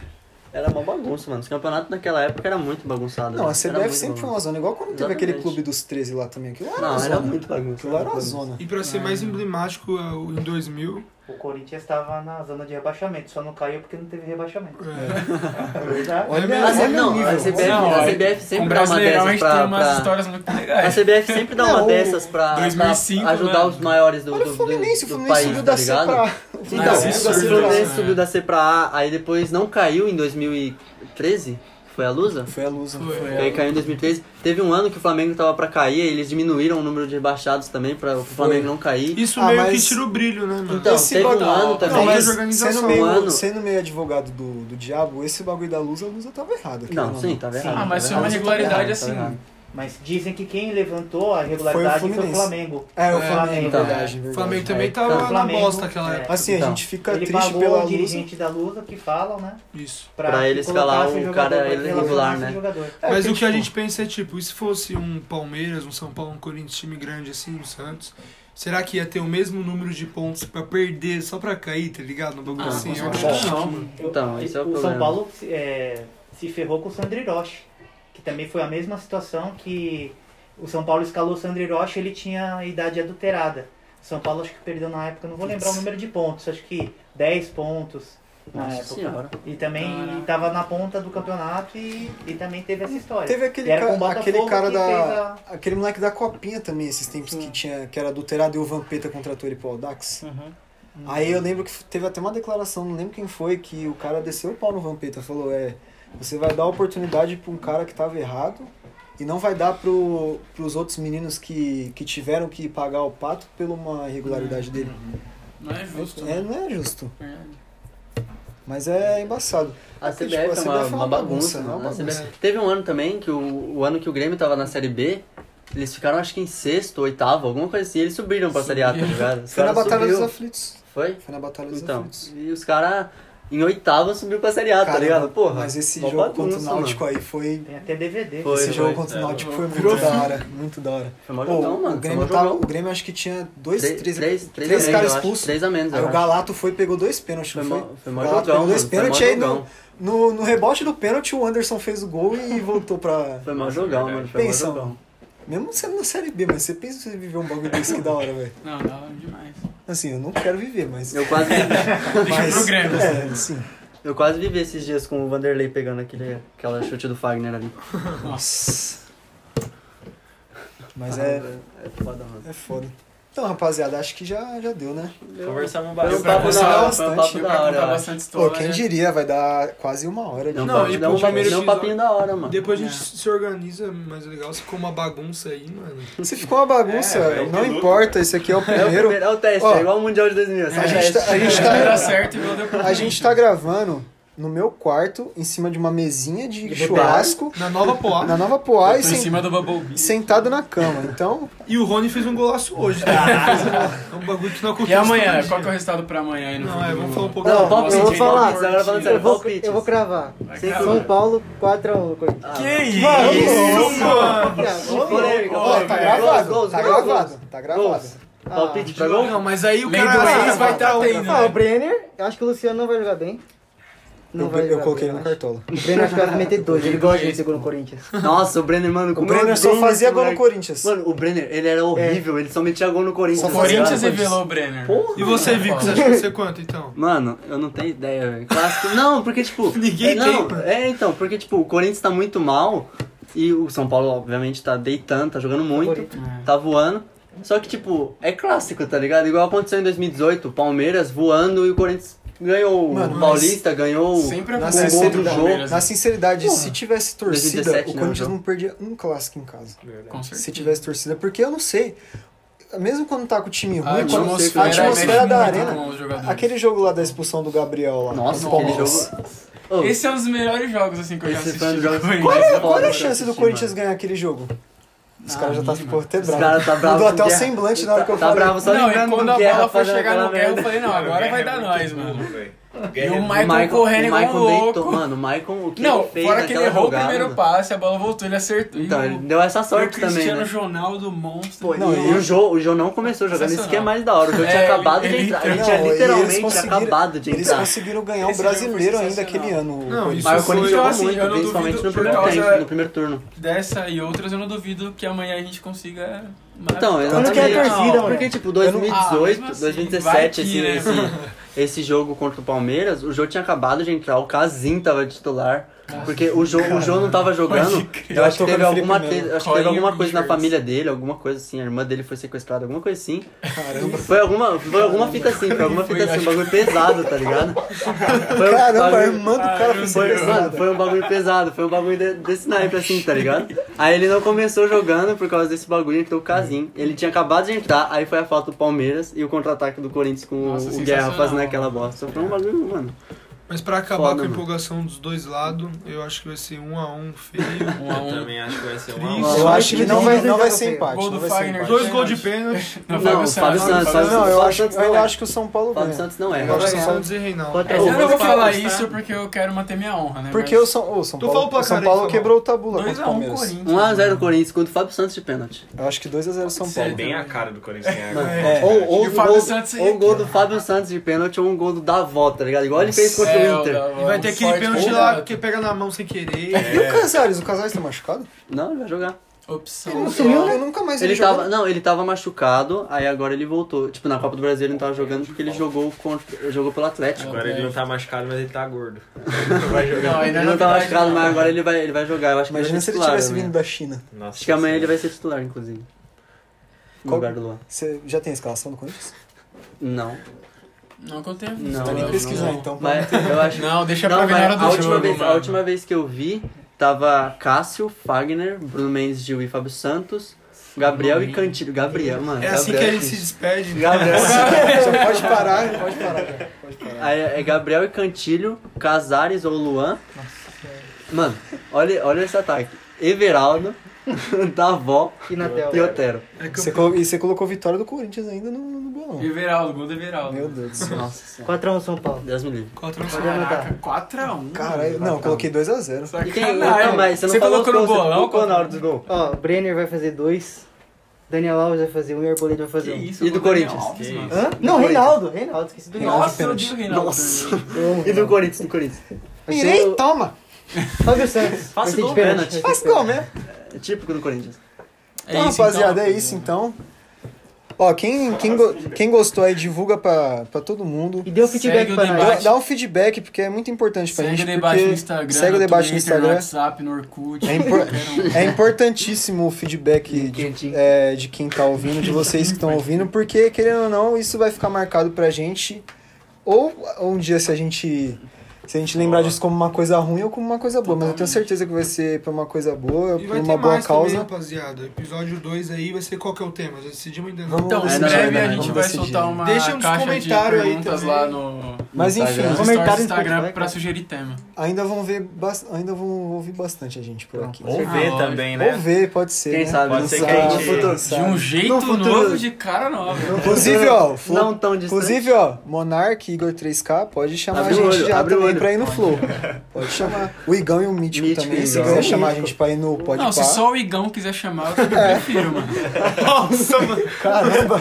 Era uma bagunça, mano. Os campeonatos naquela época era muito bagunçado. Não, a né? Era CBF muito sempre foi bagunça. uma né? zona. Igual quando teve aquele Exatamente. clube dos 13 lá também. Aquilo era uma Não, zona. era muito bagunça. Aquilo era uma zona. E pra ser mais emblemático, é, o- em 2000, O Corinthians estava na zona de rebaixamento, só não caiu porque não teve rebaixamento. É verdade. Olha, mesmo, olha A C- é o não, a nível. CBF, Não, a olha, CBF Com o sempre dá uma Brasileirão a dessas gente tem pra... umas pra... histórias muito A legais. CBF sempre dá uma Não, dessas pra, 2005, pra ajudar né? os maiores do, Olha do, o do, Fluminense, o do Fluminense país, subiu tá da C ligado? pra... é O Então, Não, Fluminense subiu da o C absurdo, pra... Fluminense né? subiu da C pra A, aí depois não caiu em 2013, que foi a Lusa. Foi a Lusa. Foi. Foi. é. que Aí caiu em 2013. Teve um ano que o Flamengo tava pra cair, aí eles diminuíram o número de rebaixados também pra o Flamengo não É. cair. Isso Ah, meio mas- que tira o brilho, né, mano? Então, Esse teve um bagulho- ano também. um Não, mas de organização. sendo meio, Mano. sendo meio advogado do, do diabo, esse bagulho da Lusa, a Lusa tava errada. cara, Não, mano. sim, tá. tava errado. Ah, mas foi tava uma errado. regularidade Tava assim. errado. Mas dizem que quem levantou a regularidade foi o, Fluminense. Flamengo. É, o É, Flamengo, então. verdade, O verdade. Flamengo É, também tá- então, tava na Flamengo, bosta naquela é. época. Assim, a Então, gente fica Ele triste pagou pela o Lusa. dirigente da Lusa que falam, né? Isso. Pra ele escalar colocar o seu cara jogador, pra irregular, relacionar seu né? jogador. É, Mas porque, o que a tipo, gente pensa é, tipo, e se fosse um Palmeiras, um São Paulo, um Corinthians, time grande assim, um Santos, será que ia ter o mesmo número de pontos pra perder só pra cair, tá ligado? No bagulho Ah, assim? com Eu acho certeza. que Não, não, mano. mano. Então, esse é o problema. São Paulo é, se ferrou com o Sandro Hiroshi, que também foi a mesma situação que o São Paulo escalou o Sandro Hiroshi, ele tinha a idade adulterada. O São Paulo acho que perdeu na época, não vou lembrar o número de pontos, acho que 10 pontos na Nossa época. senhora. E também Caraca. estava na ponta do campeonato e, e também teve essa história. Teve aquele, Era com ca- o Botafogo aquele cara que fez da. a- Aquele moleque da copinha também, esses tempos que tinha. Que era adulterado e o Vampeta contratou ele pro Audax. Uhum. Aí eu lembro que teve até uma declaração, não lembro quem foi, que o cara desceu o pau no Vampeta. Falou: é, você vai dar oportunidade pra um cara que tava errado e não vai dar pro, pros outros meninos que, que tiveram que pagar o pato pela uma irregularidade Hum, dele. Não é justo. É, né? não é justo. Verdade. Mas é embaçado. A Porque, tipo, CBF a é uma, CBF é uma uma bagunça. bagunça, né? é uma A CBF bagunça. Teve um ano também, que o, o ano que o Grêmio tava na Série B, eles ficaram acho que em sexto, oitavo, alguma coisa assim. Eles subiram pra Série A, tá ligado? Os Foi na caras Batalha subiu. dos Aflitos. Foi? Foi na Batalha dos Então, Aflitos. e os caras em oitavo subiu pra Série A, tá Caramba, ligado? Porra, Mas esse mó jogo contra o bagunça, Náutico aí foi. Tem até DVD. Foi. esse jogo contra o é, Náutico foi virou muito da hora. Muito da hora. mano. Foi mó Pô, o, jogão, mano. Foi mó Grêmio tava- jogão. o Grêmio acho que tinha dois, Três, três, três, três a menos, caras eu acho. expulsos. Três a menos, Aí eu o acho. Galato foi e pegou dois pênaltis, Foi não mó, foi? foi mó Galato jogão, pegou dois mano. Foi mó pênaltis aí no, jogão. no, no rebote do pênalti o Anderson fez o gol e voltou pra. Foi mó jogão, mano. Foi mó Pensa, jogão. Mesmo sendo na Série B, mas você pensa que você viveu um bagulho desse que da hora, velho. Não, dá demais. Assim, eu não quero viver, mas. Eu quase, mas pro Grêmio. É, sim. eu quase vivi esses dias com o Vanderlei pegando aquele, aquela chute do Fagner ali. Nossa. Mas é, É foda, mano. é foda. Então, rapaziada, acho que já, já deu, né? Conversamos Foi um bastante. papo conversar da hora, foi um bastante, né? Deu papo da pra hora, eu contar acho. bastante Pô, história. quem diria, vai dar quase uma hora. Então, é. Não, de Tipo, papo. Não, e dá pro um papinho, primeiro dá um episódio- papinho da hora, mano. Depois a gente É. se organiza, mas o legal se ficou uma bagunça aí, mano. Se ficou uma bagunça, É, é o não piloto, importa, esse aqui é o É o, primeiro. primeiro, é o teste, Ó, é igual o Mundial de 2000. A sabe? gente, tá, a, gente Era tá, certo e não deu pra a gente tá gravando no meu quarto, em cima de uma mesinha de churrasco, Na nova Poá. na Nova Poá e Tô em sen- cima do Bubble Bee. sentado na cama. Então, E o Rony fez um golaço hoje. Tá? é um bagulho que não Ah. E acontece. amanhã? todo Qual que dia. é o resultado pra amanhã aí no Não, é, jogo? vamos falar um pouco. Não, Nossa, eu vou gente, falar, vamos agora falando sério, Eu vou, palpites. eu vou cravar. Vai, Sem cara. São Paulo 4x1, Corinthians. Ah, Que isso, mano? polêmica, ó, tá polêmica. gravado, Gols, tá gols, gravado, gols. tá gravado. Gols. Palpite pra gol? Não, mas aí o Lei cara do às ex vezes vai estar tendo, Ah, o né? Brenner, eu acho que o Luciano não vai jogar bem. Não Eu, vai eu jogar coloquei bem, ele no eu acho. cartola. O Brenner acho que vai meter dois, ele gosta de segundo Corinthians. Nossa, o Brenner, mano, O como eu Brenner só odeio fazia esse gol no moleque. Corinthians. É. Mano, o Brenner, ele era horrível, ele só metia gol no Corinthians. Só O tá Corinthians ligado? revelou o Brenner. E você, Vico, você acha que você quanto, então? Mano, eu não tenho ideia, velho. Clássico. Não, porque, tipo. Ninguém não, tem, mano. É, então, porque, tipo, o Corinthians tá muito mal. E o São Paulo, obviamente, tá deitando, tá jogando muito. Favorito. É. Tá voando. Só que, tipo, é clássico, tá ligado? Igual aconteceu em 2018, o Palmeiras voando e o Corinthians ganhou Mano, o mas Paulista, ganhou. o- Sempre Na acontece com com outro o sinceridade, Palmeiras, na né? sinceridade se tivesse torcida, 2017, o né, Corinthians João? não perdia um clássico em casa. Com Se certeza. tivesse torcida, porque eu não sei. Mesmo quando tá com o time ruim, A quando- atmosfera, a atmosfera mexe da muito arena. com os jogadores. Aquele jogo lá da expulsão do Gabriel lá. Nossa, contra o aquele Palmeiras. jogo. Ô, Esse é um dos melhores jogos assim que eu já Esse assisti. foi um do jogo- Corinthians. Qual Olha, é? Qual é a Nossa, chance do mano. Corinthians ganhar aquele jogo? Os Ah, caras já tá mínima. ficou até Os caras bravos. tá bravo. Mudou com até o Guerra. semblante na hora que eu Tá falei. bravo só Não, e lembrando quando do a Guerra bola foi fazendo chegar no aquela Guerra, eu merda. falei, não, agora vai dar nós, mano. é velho. E o Michael, O Michael, correndo o igual Michael um louco. deitou. Mano, o Michael, o que não, ele fez fora que ele naquela errou jogada? o primeiro passe, a bola voltou, ele acertou. Então, E ele o- deu essa e o sorte também, Cristiano né? Jornal do Monstro. Pô, Não, e ele- o Jô, o Jô não começou jogando isso que é Sensacional. mais da hora. O Jô É, tinha ele- acabado ele de entrar. entrou- Ele tinha Não, e eles literalmente conseguiram- acabado de Eles entrar. conseguiram ganhar o Esse jogo foi brasileiro ainda sensacional. aquele ano. o Não, Corinthians. isso Mas o Corinthians Então, jogou assim, eu não muito, duvido principalmente no por primeiro, causa- tempo, no primeiro turno. Dessa e outras eu não duvido que amanhã a gente consiga. matar. Então, não exatamente. quero é torcida, mano. Porque, tipo, Eu não- 2018, Ah, mesmo assim, 2017, vai esse, que, né, esse, esse jogo contra o Palmeiras, o Jô tinha acabado de entrar, o Casim tava titular. Porque o Jô, o Jô não tava jogando. Eu acho que teve Tocando Felipe alguma, Melo. te- acho que teve Colin alguma coisa na Richards. família dele, alguma coisa assim. A irmã dele foi sequestrada, alguma coisa assim. Caramba. Foi alguma, foi alguma fita assim, foi alguma fita assim, um bagulho pesado, tá ligado? Foi um Caramba, a bagulho- irmã do cara foi foi, mano, sequestrada. foi um bagulho pesado, foi um bagulho de- desse naipe assim, tá ligado? Aí ele não começou jogando por causa desse bagulho, entrou o Casim. Ele tinha acabado de entrar, aí foi a falta do Palmeiras e o contra-ataque do Corinthians com o- Nossa, o Guerra sensacional. fazendo aquela bosta. Foi um bagulho, mano. Mas pra acabar Foda, com a mano. empolgação dos dois lados, eu acho que vai ser um a um feio. Um a Eu um. é também acho que vai ser um Eu acho que não vai, não vai ser empate. Gol não do vai ser Fagner. empate. Dois gols de pênalti. Não, Não, o Fábio Santos, Fábio Não, eu Fábio acho, Santos eu ainda não é. acho que o São Paulo O Fábio ganha. Santos não Eu acho erra. Agora que São- Santos e Reinaldo. Contra É, o- eu não vou falar Tá? isso porque eu quero manter minha honra, né? Porque o São, o São Tu Paulo, fala o o placar São aí, Paulo por favor. quebrou o tabu lá contra o 2x1 um, Palmeiras. Corinthians. 1x0 Corinthians contra o Fábio Santos de pênalti. Eu acho que 2x0 São Paulo. Sério? Bem a cara do Corinthians ganhar Mano, agora. É. ou, ou, E o um Fábio gol, Santos é ou um gol do Fábio Santos de pênalti ou um gol do Davó, tá ligado? Igual ele fez contra É, o Inter. da- E vai ter aquele forte pênalti gol, lá né? que pega na mão sem querer. E o Casares? O Casares tá machucado? Não, ele vai jogar. Opção. não só. né? Eu nunca mais vi Ele jogar. tava, não, ele tava machucado, aí agora ele voltou. Tipo, na Copa do Brasil ele não tava jogando porque ele jogou contra, jogou pelo Atlético. Agora ele não tá machucado, mas ele tá gordo. Não, ainda Ele não não tá vai machucado, jogar. mas agora ele vai, ele vai jogar. Eu acho que Imagina vai se ser ele titular, tivesse amanhã. vindo da China. Nossa, Acho que amanhã ele vai ser titular, inclusive. No Qual- lugar do Luan. Você já tem a escalação do Corinthians? Não, Não que eu tenha visto. não. tá nem não, pesquisando, não. então, pra Mas eu acho Não, deixa pra Não, ver mas na é hora a, do última jogo. vez, a mano. última vez que eu vi, tava Cássio, Fagner, Bruno Mendes, Gil e Fábio Santos, Gabriel e Cantilho. Gabriel, mano. É assim que Gabriel ele é se difícil. despede. Gabriel. Já pode parar, pode parar. cara. Pode parar. Aí é Gabriel e Cantilho, Casares ou Luan. Mano, olha, olha esse ataque. Everaldo, Davó E na e tela. Otero. É que eu- Você colo- E você colocou vitória do Corinthians ainda no, no bolão. Everaldo, gol do Everaldo. Meu Deus do céu. Nossa senhora. 4x1 São Paulo. Deus é me livre. Quatro Pode anotar. 4x1. Caralho, não, eu coloquei 2x0. E quem, tá? Ah, não, mas você não falou colocou no os gols, você bolão? colocou na hora dos gols. Ó, Brenner vai fazer dois. Daniel Alves vai fazer um e Arboleda vai Que fazer um. isso, E do gol Daniel Corinthians? Alves, Que mano. Hã? Não, Reinaldo. Reinaldo, esqueci do Reinaldo. Nossa, eu vi o Reinaldo. Nossa. Eu amo E do Reinaldo. Corinthians, do Corinthians. Achei o- toma! Fábio Santos. Faça vai ser gol, de pênalti. pênalti. vai Faz ser de gol pênalti. mesmo. É típico do Corinthians. Então, rapaziada, é isso então. Ó, quem, quem, go- quem gostou aí, divulga pra, pra todo mundo. E deu Segue feedback o pra Dá, nós. debate. dá um feedback, porque é muito importante pra Segue o gente. debate porque- no Instagram. Segue o no debate no Twitter, Instagram. No WhatsApp, no Orkut. um. É, impor- é importantíssimo o feedback E de, quentinho. é, de quem tá ouvindo, de vocês que estão ouvindo, porque, querendo ou não, isso vai ficar marcado pra gente. Ou ou um dia, se a gente. Se a gente lembrar disso como uma coisa ruim ou como uma coisa boa, mas eu tenho certeza que vai ser pra uma coisa boa, E por vai uma ter boa mais também, causa. rapaziada. Episódio 2 aí vai ser qual que é o tema? Já decidimos ainda Vamos- não. Então, É, em não, breve não, a não, gente não vai decidir. soltar uma Deixa uns caixa de comentário aí perguntas também. lá no... Mas enfim, Instagram. Nos stories Comentário do no Instagram Spotify, pra né? cara. sugerir tema. ainda vão ver bas- ainda vão ouvir bastante a gente por aqui. Ou Ou ver Ah, também, né? ver, pode ser. né? Quem sabe, Pode não ser que sabe. a gente- No futuro. De um jeito No futuro. novo, de cara nova. Inclusive, ó, Flo- Não tão distante. Inclusive, ó, Monark, Igor 3K, pode chamar Abre a o gente olho, já abre o também olho. pra ir no Flow. Pode chamar. O Igão e o Mítico, Mítico e também, se Igão. quiser chamar a gente pra ir no Pode É. Não, se só o Igão quiser chamar, eu também prefiro, mano. Nossa, mano. Caramba,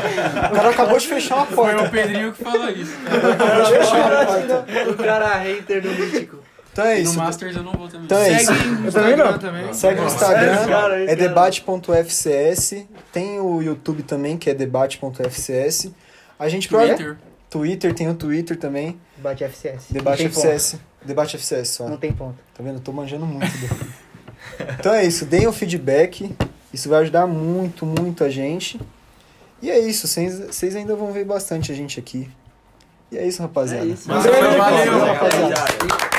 o cara acabou de fechar uma Foi o porta. Pedrinho que falou isso. Acabou de fechar uma porta. O cara hater do Mítico. Então é No isso. Masters eu não vou também. Então é isso. Segue no Instagram também. Segue no Sério, Instagram, cara, é esse cara. debate.fcs. Tem o YouTube também, que é debate.fcs. A gente prova. Twitter. Twitter, tem o Twitter também. Debate FCS. Debate Não tem ponto. FCS. Debate FCS só. Não tem ponto. Tá vendo? Eu tô manjando muito. Dan. então é isso, deem o feedback. Isso vai ajudar muito, muito a gente. E é isso, vocês vocês ainda vão ver bastante a gente aqui. E é isso, É rapaziada. isso. Um grande Valeu, abraço, valeu, rapaziada. rapaziada.